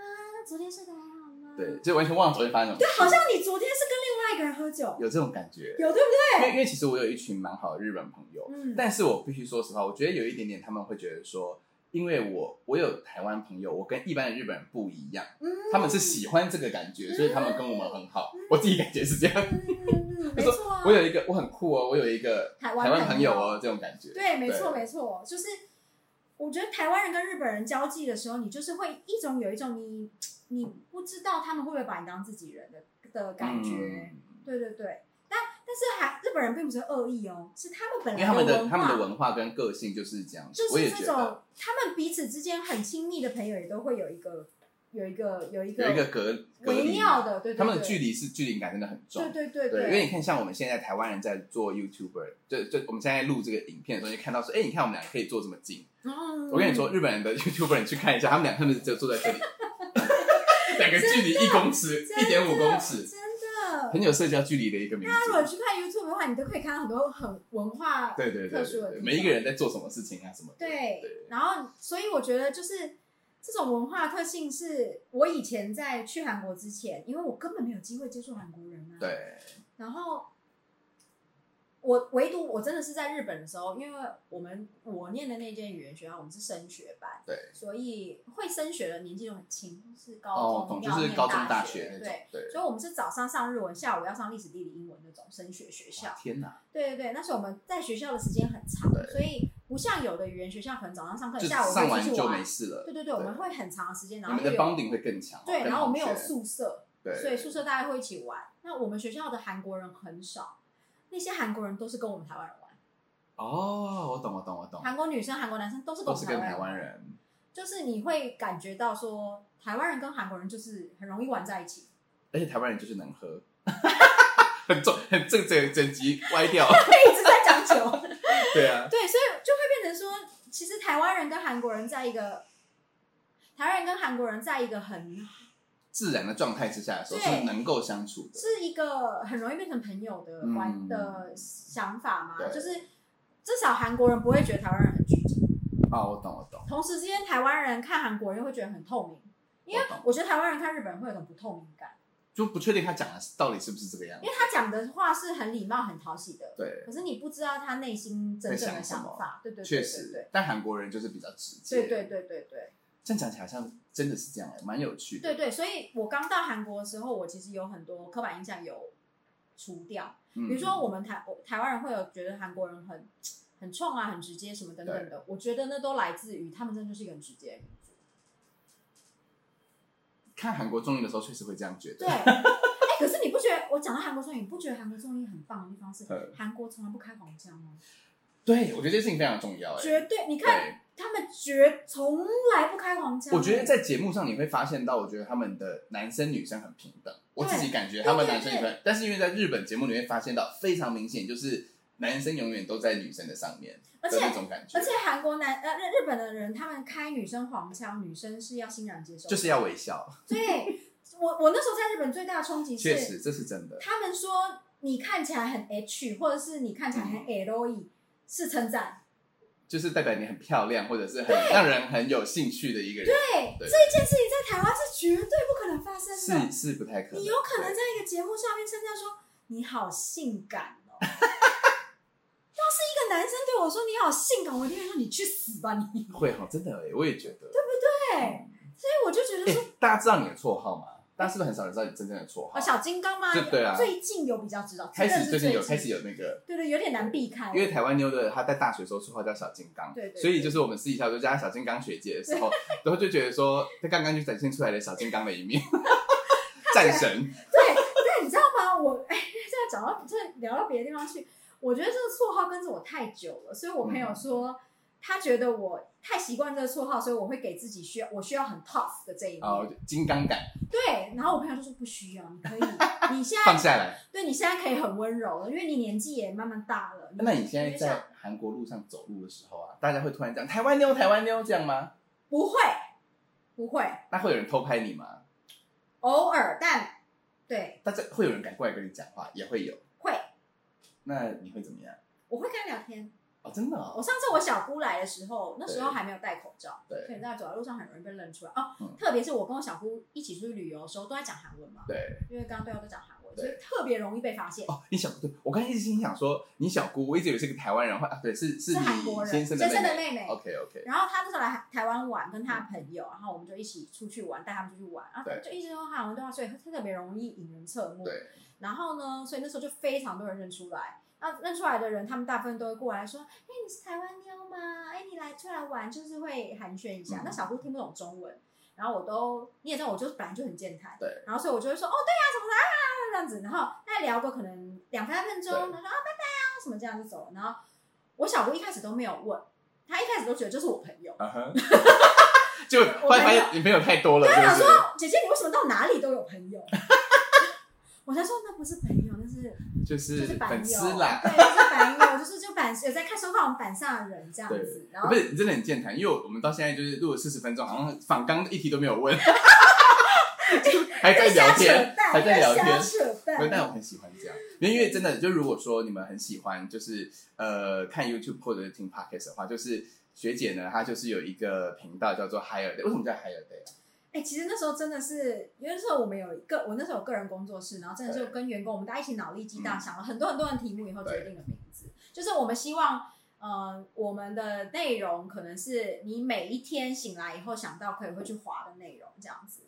[SPEAKER 2] 昨天睡得还好吗？
[SPEAKER 1] 对，就完全忘了昨天发生什么
[SPEAKER 2] 对，
[SPEAKER 1] 事，
[SPEAKER 2] 好像你昨天是跟另外一个人喝酒，
[SPEAKER 1] 有这种感觉。
[SPEAKER 2] 有对不
[SPEAKER 1] 因为因为其实我有一群蛮好的日本朋友，
[SPEAKER 2] 对？嗯，
[SPEAKER 1] 但是我必须说实话，我觉得有一点点他们会觉得说，因为我我有台湾朋友，我跟一般的日本人不一样，
[SPEAKER 2] 嗯
[SPEAKER 1] 他们是喜欢这个感觉，所以他们跟我们很好。我自己感觉是这样。
[SPEAKER 2] 嗯嗯嗯，没错啊，
[SPEAKER 1] 我有一个我很酷哦，我有一个
[SPEAKER 2] 台湾
[SPEAKER 1] 台湾朋友
[SPEAKER 2] 友
[SPEAKER 1] 哦，，这种感觉。
[SPEAKER 2] 对，没错
[SPEAKER 1] 对
[SPEAKER 2] 没错，就是我觉得台湾人跟日本人交际的时候，你就是会一种有一种你你不知道他们会不会把你当自己人的的感觉，
[SPEAKER 1] 嗯
[SPEAKER 2] 对对对，但但是还日本人并不是恶意哦，是他们本
[SPEAKER 1] 因
[SPEAKER 2] 来
[SPEAKER 1] 为他们的
[SPEAKER 2] 文
[SPEAKER 1] 他
[SPEAKER 2] 化
[SPEAKER 1] 们的文化跟个性就是这样，
[SPEAKER 2] 就
[SPEAKER 1] 我也
[SPEAKER 2] 是
[SPEAKER 1] 觉
[SPEAKER 2] 这
[SPEAKER 1] 得
[SPEAKER 2] 种他们彼此之间很亲密的朋友，也都会有一个有一个有一个
[SPEAKER 1] 有一个隔隔
[SPEAKER 2] 微
[SPEAKER 1] 离
[SPEAKER 2] 妙的，对对对，
[SPEAKER 1] 他们的距离是距离感真的很重
[SPEAKER 2] 对，。对对
[SPEAKER 1] 对，因为你看，像我们现在台湾人在做 YouTuber，就就我们现在录这个影片的时候，就看到说，哎、你看我们俩可以坐这么近。
[SPEAKER 2] 嗯
[SPEAKER 1] 我跟你说，，日本人的 YouTuber 你去看一下，他们俩他们就坐在 这里，两个距离一公尺、
[SPEAKER 2] 真的
[SPEAKER 1] 一点五公尺，
[SPEAKER 2] 真的。
[SPEAKER 1] 很有社交距离的一个民
[SPEAKER 2] 大家如果
[SPEAKER 1] 族。
[SPEAKER 2] 去看 YouTube 会的话，你都可以看到很多很文化
[SPEAKER 1] 对对对
[SPEAKER 2] 特殊
[SPEAKER 1] 对
[SPEAKER 2] 的地
[SPEAKER 1] 对，
[SPEAKER 2] 方
[SPEAKER 1] 每一个人在做什么事情啊什么的。
[SPEAKER 2] 对，
[SPEAKER 1] 对
[SPEAKER 2] 然后所以我觉得就是这种文化特性是我以前在去韩国之前，因为我根本没有机会接触韩国人啊。，
[SPEAKER 1] 对
[SPEAKER 2] 然后我唯独我真的是在日本的时候，因为我们我念的那间语言学校，我们是升学班，
[SPEAKER 1] 对
[SPEAKER 2] 所以会升学的年纪都很轻，是
[SPEAKER 1] 哦
[SPEAKER 2] 高，中、
[SPEAKER 1] 懂，就
[SPEAKER 2] 要
[SPEAKER 1] 是
[SPEAKER 2] 念
[SPEAKER 1] 高中、大
[SPEAKER 2] 学
[SPEAKER 1] 那种
[SPEAKER 2] 对。。
[SPEAKER 1] 对，
[SPEAKER 2] 所以我们是早上上日文，下午要上历史、地理、英文那种升学学校
[SPEAKER 1] 哇。天哪，
[SPEAKER 2] 对对对，那时候我们在学校的时间很长
[SPEAKER 1] 对，
[SPEAKER 2] 所以不像有的语言学校可能早上上课，
[SPEAKER 1] 就
[SPEAKER 2] 下午
[SPEAKER 1] 上
[SPEAKER 2] 会
[SPEAKER 1] 完
[SPEAKER 2] 出去
[SPEAKER 1] 就
[SPEAKER 2] 玩
[SPEAKER 1] 没。事了。
[SPEAKER 2] 对对对，我们会很长的时间，然
[SPEAKER 1] 你
[SPEAKER 2] 后
[SPEAKER 1] 们
[SPEAKER 2] 又
[SPEAKER 1] 的
[SPEAKER 2] 有
[SPEAKER 1] bonding 会更强。啊
[SPEAKER 2] 对，
[SPEAKER 1] 更
[SPEAKER 2] 然后我们
[SPEAKER 1] 好
[SPEAKER 2] 有
[SPEAKER 1] 学
[SPEAKER 2] 宿舍，
[SPEAKER 1] 对，
[SPEAKER 2] 所以宿舍大家会一起玩。那我们学校的韩国人很少，那些韩国人都是跟我们台湾人玩，
[SPEAKER 1] 哦，我懂，我懂，我懂，
[SPEAKER 2] 韩国女生、韩国男生都是跟
[SPEAKER 1] 都
[SPEAKER 2] 我
[SPEAKER 1] 是
[SPEAKER 2] 们
[SPEAKER 1] 跟
[SPEAKER 2] 台
[SPEAKER 1] 台湾
[SPEAKER 2] 湾人，
[SPEAKER 1] 人，
[SPEAKER 2] 就是你会感觉到说，台湾人跟韩国人就是很容易玩在 一起。
[SPEAKER 1] 而且台湾人就是能喝， 很重，很正整整集歪掉。
[SPEAKER 2] 一直在讲酒，
[SPEAKER 1] 对啊，
[SPEAKER 2] 对，所以就会变成说，其实台湾人跟韩国人在一个，台湾人跟韩国人在一个很
[SPEAKER 1] 自然的状态之下的时候
[SPEAKER 2] 对
[SPEAKER 1] 是能够相处的。
[SPEAKER 2] 是一个很容易变成朋友的
[SPEAKER 1] 嗯
[SPEAKER 2] 关、的想法嘛，
[SPEAKER 1] 对
[SPEAKER 2] 就是至少韩国人不会觉得台湾人很拘谨，
[SPEAKER 1] 哦，我懂，我懂，
[SPEAKER 2] 同时之间台湾人看韩国人又会觉得很透明，因为
[SPEAKER 1] 我懂
[SPEAKER 2] 我觉得台湾人看日本人会有种不透明感，
[SPEAKER 1] 就不确定他讲的是到底是不是这个样子
[SPEAKER 2] 因为。他讲的话是很礼貌、很讨喜的，
[SPEAKER 1] 对，
[SPEAKER 2] 可是你不知道他内心真正的想法，对对对
[SPEAKER 1] 确
[SPEAKER 2] 对
[SPEAKER 1] 实
[SPEAKER 2] 对，
[SPEAKER 1] 但韩国人就是比较直接。
[SPEAKER 2] 对对对对对。
[SPEAKER 1] 这样讲起来好像真的是这样，欸蛮有趣的。
[SPEAKER 2] 对对，所以我刚到韩国的时候，我其实有很多刻板印象有除掉，
[SPEAKER 1] 嗯
[SPEAKER 2] 比如说我们台我台湾人会有觉得韩国人很很冲啊、很直接什么等等的，我觉得那都来自于他们真的就是一个很直接的民族。
[SPEAKER 1] 看韩国综艺的时候，确实会这样觉得。
[SPEAKER 2] 对，哎、可是你不觉得我讲到韩国综艺，你不觉得韩国综艺很棒的地方是
[SPEAKER 1] 嗯
[SPEAKER 2] 韩国从来不开黄腔吗？
[SPEAKER 1] 对，我觉得这件事情非常重要。哎
[SPEAKER 2] 绝对，你看
[SPEAKER 1] 对，
[SPEAKER 2] 他们绝从来不开黄腔。
[SPEAKER 1] 我觉得在节目上你会发现到，我觉得他们的男生女生很平等。我自己感觉他们男生女
[SPEAKER 2] 对
[SPEAKER 1] 生，但是因为在日本节目里面发现到非常明显，就是男生永远都在女生的上面
[SPEAKER 2] 而
[SPEAKER 1] 的
[SPEAKER 2] 且
[SPEAKER 1] 那种感觉
[SPEAKER 2] 而，且韩国男呃日日本的人，他们开女生黄腔，女生是要欣然接受的，
[SPEAKER 1] 就是要微笑。
[SPEAKER 2] 对我，我那时候在日本最大的冲击
[SPEAKER 1] 确
[SPEAKER 2] 是，
[SPEAKER 1] 实，这是真的。
[SPEAKER 2] 他们说你看起来很 H，或者是你看起来很
[SPEAKER 1] 嗯
[SPEAKER 2] L E，、是称赞。
[SPEAKER 1] 就是代表你很漂亮，或者是很让人很有兴趣的一个人，
[SPEAKER 2] 对，
[SPEAKER 1] 对
[SPEAKER 2] 这一件事情在台湾是绝对不可能发生
[SPEAKER 1] 是
[SPEAKER 2] 的。
[SPEAKER 1] 是不太可能。
[SPEAKER 2] 你有可能在一个节目上面称赞说你好性感哦。 要是一个男生对我说你好性感，我一定会说你去死吧你。
[SPEAKER 1] 对会哈，真的哎，我也觉得。对
[SPEAKER 2] 对，所以我就觉得说，
[SPEAKER 1] 哎，大家知道你的绰号吗？大家是不是很少人知道你真正的绰
[SPEAKER 2] 啊，
[SPEAKER 1] 号？
[SPEAKER 2] 小金刚吗？
[SPEAKER 1] 哎对对啊
[SPEAKER 2] 最近有比较知道，
[SPEAKER 1] 开始最
[SPEAKER 2] 真的是
[SPEAKER 1] 近有
[SPEAKER 2] 近
[SPEAKER 1] 开始有，那个，
[SPEAKER 2] 对对，有点难避开。
[SPEAKER 1] 因为台湾妞的她在大学的时候绰号叫小金刚，
[SPEAKER 2] 对对对
[SPEAKER 1] 所以就是我们私底下都叫她小金刚学姐的时 候，然后就觉得说她刚刚就展现出来的小金刚的一 面，战神，
[SPEAKER 2] 对，但你知道吗？我哎，这样讲到这聊到别的地方去，我觉得这个绰号跟着我太久了，所以我朋
[SPEAKER 1] 嗯
[SPEAKER 2] 友说、他觉得我太习惯这个绰号，所以我会给自己需要我需要很 tough 的这一面。
[SPEAKER 1] 然后金刚感
[SPEAKER 2] 对，然后我朋友就说不需要，你可以，你现
[SPEAKER 1] 放
[SPEAKER 2] 在
[SPEAKER 1] 下来。
[SPEAKER 2] 对你现在可以很温柔了，因为你年纪也慢慢大了。
[SPEAKER 1] 那你现在
[SPEAKER 2] 觉得像
[SPEAKER 1] 在韩国路上走路的时候啊，大家会突然讲台湾妞，台湾妞这样吗？
[SPEAKER 2] 不会不会
[SPEAKER 1] 那会有人偷拍你吗？
[SPEAKER 2] 偶尔，但对
[SPEAKER 1] 大家会有人敢过来跟你讲话，也会有。
[SPEAKER 2] 会
[SPEAKER 1] 那你会怎么样？
[SPEAKER 2] 我会跟他聊天。
[SPEAKER 1] 哦，真的哦，
[SPEAKER 2] 我上次我小姑来的时候，那时候
[SPEAKER 1] 对
[SPEAKER 2] 还没有戴口罩，所以
[SPEAKER 1] 对
[SPEAKER 2] 你知道走在路上很容易被认出来哦。
[SPEAKER 1] 嗯
[SPEAKER 2] 特别是我跟我小姑一起出去旅游的时候，都在讲韩文嘛，
[SPEAKER 1] 对
[SPEAKER 2] 因为刚刚对方都讲韩文，
[SPEAKER 1] 对
[SPEAKER 2] 所以特别容易被发现。
[SPEAKER 1] 哦，你小姑，我刚才一直心想说你小姑，我一直以为是个台湾人，或啊，对，是是
[SPEAKER 2] 是韩国
[SPEAKER 1] 你先
[SPEAKER 2] 人
[SPEAKER 1] 生的
[SPEAKER 2] 先生的
[SPEAKER 1] 妹
[SPEAKER 2] 妹妹
[SPEAKER 1] OK OK，嗯
[SPEAKER 2] 然后她那时候来台湾玩，跟她朋友，然后我们就一起出去玩，带他们出去玩，然后
[SPEAKER 1] 对
[SPEAKER 2] 就一直用韩文对话，所以特别容易引人侧目。
[SPEAKER 1] 对，
[SPEAKER 2] 然后呢，所以那时候就非常多人认出来。那认出来的人，他们大部分都会过来说：“哎、你是台湾妞吗？哎、你来出来玩，就是会寒暄一下。
[SPEAKER 1] 嗯
[SPEAKER 2] 那小姑听不懂中文，然后我都你也知道，我就本来就很健谈，
[SPEAKER 1] 对，
[SPEAKER 2] 然后所以我就会说：“哦，对呀、什么的啊，这样子。”然后那聊个可能两三分钟，
[SPEAKER 1] 对
[SPEAKER 2] 然后说：“啊，拜拜啊，什么这样就走了。”然后我小姑一开始都没有问，她一开始都觉得这是我朋友，
[SPEAKER 1] 啊 哈，就
[SPEAKER 2] 我
[SPEAKER 1] 后来发
[SPEAKER 2] 朋
[SPEAKER 1] 现你朋友太多了，
[SPEAKER 2] 她
[SPEAKER 1] 是
[SPEAKER 2] 想
[SPEAKER 1] 不
[SPEAKER 2] 说
[SPEAKER 1] 是？：“
[SPEAKER 2] 姐姐，你为什么到哪里都有朋友？” 我才说那不是朋友，那是
[SPEAKER 1] 就
[SPEAKER 2] 就是是板
[SPEAKER 1] 粉
[SPEAKER 2] 友，
[SPEAKER 1] 丝啦，
[SPEAKER 2] 对，就是板友，就是就板有在看收看我们板上的人这样子，然后
[SPEAKER 1] 不是你真的很健谈，因为我们到现在就是录了四十分钟，好像仿刚一题都没有 问，还在
[SPEAKER 2] 瞎
[SPEAKER 1] 聊
[SPEAKER 2] 扯
[SPEAKER 1] 天，
[SPEAKER 2] 淡，
[SPEAKER 1] 还在聊
[SPEAKER 2] 瞎
[SPEAKER 1] 天，
[SPEAKER 2] 扯
[SPEAKER 1] 对但
[SPEAKER 2] 淡。
[SPEAKER 1] 我很喜欢这样，因为因为真的，就如果说你们很喜欢，就是呃看 YouTube 或者是听 Podcast 的话，就是学姐呢，她就是有一个频道叫做 Higher Day，为什么叫 Higher Day 啊？
[SPEAKER 2] 哎、其实那时候真的是，因为那时候我们有一个，我那时候有个人工作室，然后真的是
[SPEAKER 1] 对
[SPEAKER 2] 跟员工，我们大家一起脑力激荡，
[SPEAKER 1] 嗯
[SPEAKER 2] 想了很多很多的题目以后
[SPEAKER 1] 对
[SPEAKER 2] 决定了名字，就是我们希望。呃，我们的内容可能是你每一天醒来以后想到可以会去划的内容，这样子。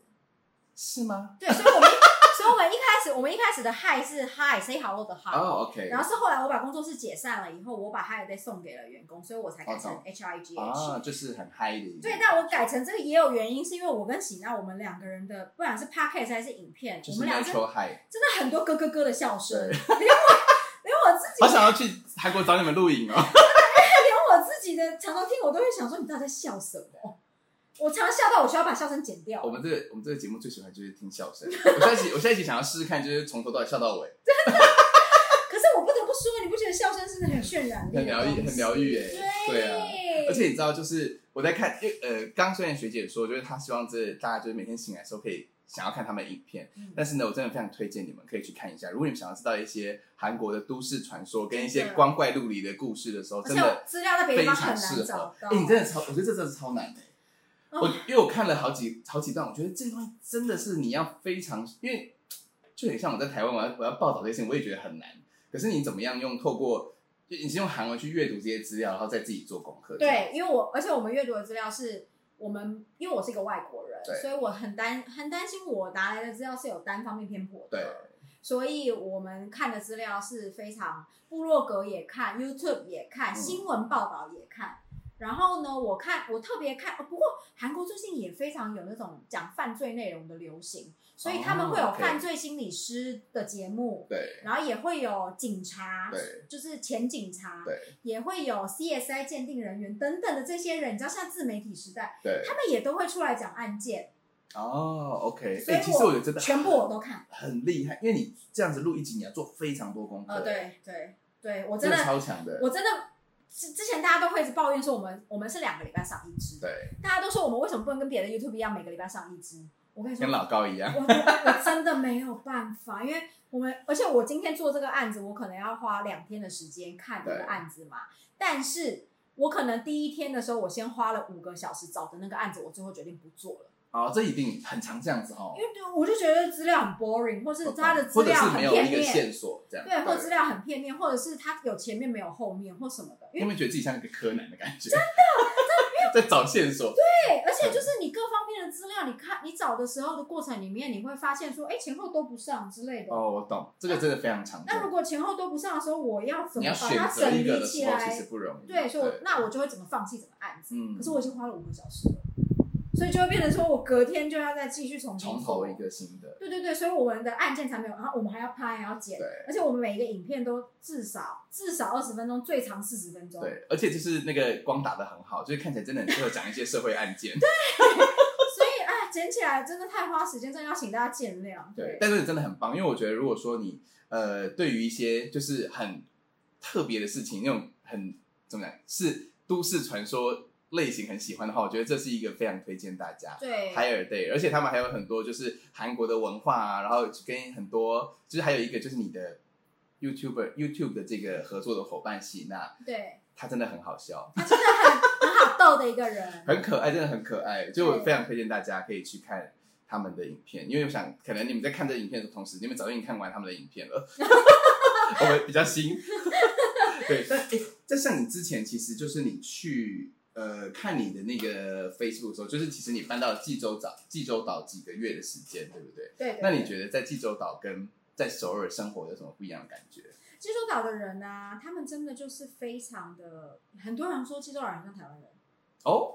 [SPEAKER 1] 是吗？
[SPEAKER 2] 对，所以我们一 所以我们一开始我们一开始的 hi 是 hi say hello 的 hi，、
[SPEAKER 1] 哦，OK、
[SPEAKER 2] 然
[SPEAKER 1] o
[SPEAKER 2] 后是后来我把工作室解散了以后，我把 hi 再送给了员工，所以我才改成
[SPEAKER 1] 哦
[SPEAKER 2] H I G
[SPEAKER 1] k 啊，
[SPEAKER 2] H。
[SPEAKER 1] 就是很嗨的一个。
[SPEAKER 2] 对，但我改成这个也有原因，是因为我跟喜娜我们两个人的，不管是 podcast 还是影片，
[SPEAKER 1] 就
[SPEAKER 2] 我
[SPEAKER 1] 是
[SPEAKER 2] 们俩真
[SPEAKER 1] natural high。
[SPEAKER 2] 真的很多咯咯咯的笑声，
[SPEAKER 1] 对
[SPEAKER 2] 连我连我自己
[SPEAKER 1] 好想要去韩国找你们录影哦。
[SPEAKER 2] 连我自己的常常听我都会想说你到底在笑什么？我常常笑到我需要把笑声剪掉。
[SPEAKER 1] 我们这个我们这个节目最喜欢就是听笑声。我下一期我下一期想要试试看，就是从头到尾笑到尾，
[SPEAKER 2] 可是我不得不说，你不觉得笑声是很有渲染力的
[SPEAKER 1] 很疗愈，
[SPEAKER 2] 东西
[SPEAKER 1] 很疗愈哎。
[SPEAKER 2] 对
[SPEAKER 1] 对啊。而且你知道，就是我在看，因为呃，刚虽然学姐说，就是她希望这大家就是每天醒来的时候可以想要看他们的影片，
[SPEAKER 2] 嗯
[SPEAKER 1] 但是呢，我真的非常推荐你们可以去看一下。如果你们想要知道一些韩国的都市传说跟一些
[SPEAKER 2] 真的
[SPEAKER 1] 光怪陆离的故事的时候，
[SPEAKER 2] 而
[SPEAKER 1] 真
[SPEAKER 2] 且
[SPEAKER 1] 的
[SPEAKER 2] 资料在别的
[SPEAKER 1] 非
[SPEAKER 2] 地方很
[SPEAKER 1] 常
[SPEAKER 2] 难
[SPEAKER 1] 适
[SPEAKER 2] 找
[SPEAKER 1] 合。
[SPEAKER 2] 到。
[SPEAKER 1] 你真的超，我觉得这真的超难的。
[SPEAKER 2] 哦
[SPEAKER 1] 我因为我看了好几好几段，我觉得这个东西真的是你要非常，因为就很像我在台湾，我要我要报道这些事情，我也觉得很难。可是你怎么样用透过，就你是用韩文去阅读这些资料，然后再自己做功课。
[SPEAKER 2] 对，因为我而且我们阅读的资料是我们，因为我是一个外国人，
[SPEAKER 1] 对
[SPEAKER 2] 所以我很担很担心我拿来的资料是有单方面偏颇的。
[SPEAKER 1] 对
[SPEAKER 2] 所以我们看的资料是非常部落格也看，YouTube 也看，
[SPEAKER 1] 嗯
[SPEAKER 2] 新闻报道也看。然后呢，我看我特别看，哦不过韩国最近也非常有那种讲犯罪内容的流行，所以他们会有
[SPEAKER 1] 哦，OK
[SPEAKER 2] 犯罪心理师的节目，
[SPEAKER 1] 对
[SPEAKER 2] 然后也会有警察，
[SPEAKER 1] 对
[SPEAKER 2] 就是前警察，
[SPEAKER 1] 对
[SPEAKER 2] 也会有 CSI 鉴定人员等等的这些人，你知道，现在自媒体时代，
[SPEAKER 1] 对
[SPEAKER 2] 他，们也都会出来讲案件，
[SPEAKER 1] 哦，OK，
[SPEAKER 2] 所
[SPEAKER 1] 哎、
[SPEAKER 2] 以
[SPEAKER 1] 其实我觉得真的
[SPEAKER 2] 全部我都看。
[SPEAKER 1] 很厉害，因为你这样子录一集，你要做非常多功课。
[SPEAKER 2] 呃，，对对对，我真
[SPEAKER 1] 真
[SPEAKER 2] 的
[SPEAKER 1] 的超强的。
[SPEAKER 2] 我真的之之前大家都会一直抱怨说我们我们是两个礼拜上一支，
[SPEAKER 1] 对，
[SPEAKER 2] 大家都说我们为什么不能跟别的 YouTube 一样每个礼拜上一支？我跟你说，
[SPEAKER 1] 跟老高一样。
[SPEAKER 2] 我我真的没有办法，因为我们而且我今天做这个案子，我可能要花两天的时间看这个
[SPEAKER 1] 对
[SPEAKER 2] 案子嘛，但是我可能第一天的时候，我先花了五个小时找的那个案子，我最后决定不做了，
[SPEAKER 1] 哦，这一定很常这样子哦
[SPEAKER 2] 因。为我就觉得资料很 boring，或是他的资
[SPEAKER 1] 或者
[SPEAKER 2] 料
[SPEAKER 1] 是
[SPEAKER 2] 很
[SPEAKER 1] 没有一
[SPEAKER 2] 片
[SPEAKER 1] 个
[SPEAKER 2] 面。
[SPEAKER 1] 线索这样。
[SPEAKER 2] 对，或者资料很片面，或者是他有前面没有后面或什么的，
[SPEAKER 1] 你
[SPEAKER 2] 因为
[SPEAKER 1] 有没有觉得自己像一个柯南的感觉？真的， 在找线索。
[SPEAKER 2] 对，而且就是你各方面的资料，你看你找的时候的过程里面，你会发现说，哎，前后都不上之类的。
[SPEAKER 1] 哦，我懂，这个真的非常常见
[SPEAKER 2] 那。如果前后都不上的时候，我要怎
[SPEAKER 1] 你
[SPEAKER 2] 么
[SPEAKER 1] 要
[SPEAKER 2] 把
[SPEAKER 1] 选
[SPEAKER 2] 它
[SPEAKER 1] 择
[SPEAKER 2] 整
[SPEAKER 1] 一个
[SPEAKER 2] 理
[SPEAKER 1] 的
[SPEAKER 2] 起
[SPEAKER 1] 时候，其
[SPEAKER 2] 来
[SPEAKER 1] 实？不容易。
[SPEAKER 2] 对，所以我那我就会怎么放弃整个案子。
[SPEAKER 1] 嗯
[SPEAKER 2] 可是我已经花了五个小时了，所以就会变成说我隔天就要再继续重新
[SPEAKER 1] 从头一。个新的，
[SPEAKER 2] 对对对，所以我们的案件才没有，然后我们还要拍，还要剪，
[SPEAKER 1] 对
[SPEAKER 2] 而且我们每一个影片都至少至少二十分钟，最长四十分钟。
[SPEAKER 1] 对，而且就是那个光打的很好，就是看起来真的很适合讲一些社会案件。
[SPEAKER 2] 所以哎，剪起来真的太花时间，真的要请大家见谅。
[SPEAKER 1] 对，但是真的很棒，因为我觉得如果说你呃，对于一些就是很特别的事情，那种很怎么讲是都市传说类型很喜欢的话，我觉得这是一个非常推荐大家。
[SPEAKER 2] 对，
[SPEAKER 1] 海尔 day，而且他们还有很多就是韩国的文化啊，然后跟很多就是还有一个就是你的 YouTuber YouTube 的这个合作的伙伴喜娜，
[SPEAKER 2] 对。
[SPEAKER 1] 她真的很好笑，
[SPEAKER 2] 他真的很很好逗的一个人。
[SPEAKER 1] 很可爱，真的很可爱，就我
[SPEAKER 2] 对
[SPEAKER 1] 非常推荐大家可以去看他们的影片，因为我想可能你们在看这影片的同时，你们早就已经看完他们的影片 了，我们比较新。对，但诶，在像你之前，其实就是你去呃看你的那个 Facebook 的时候，就是其实你搬到济州岛，济州岛几个月的时间，对不对？
[SPEAKER 2] 对对
[SPEAKER 1] 那你觉得在济州岛跟在首尔生活有什么不一样的感觉？
[SPEAKER 2] 对济州岛的人啊，他们真的就是非常的，很多人说济州岛人像台湾人，
[SPEAKER 1] 哦，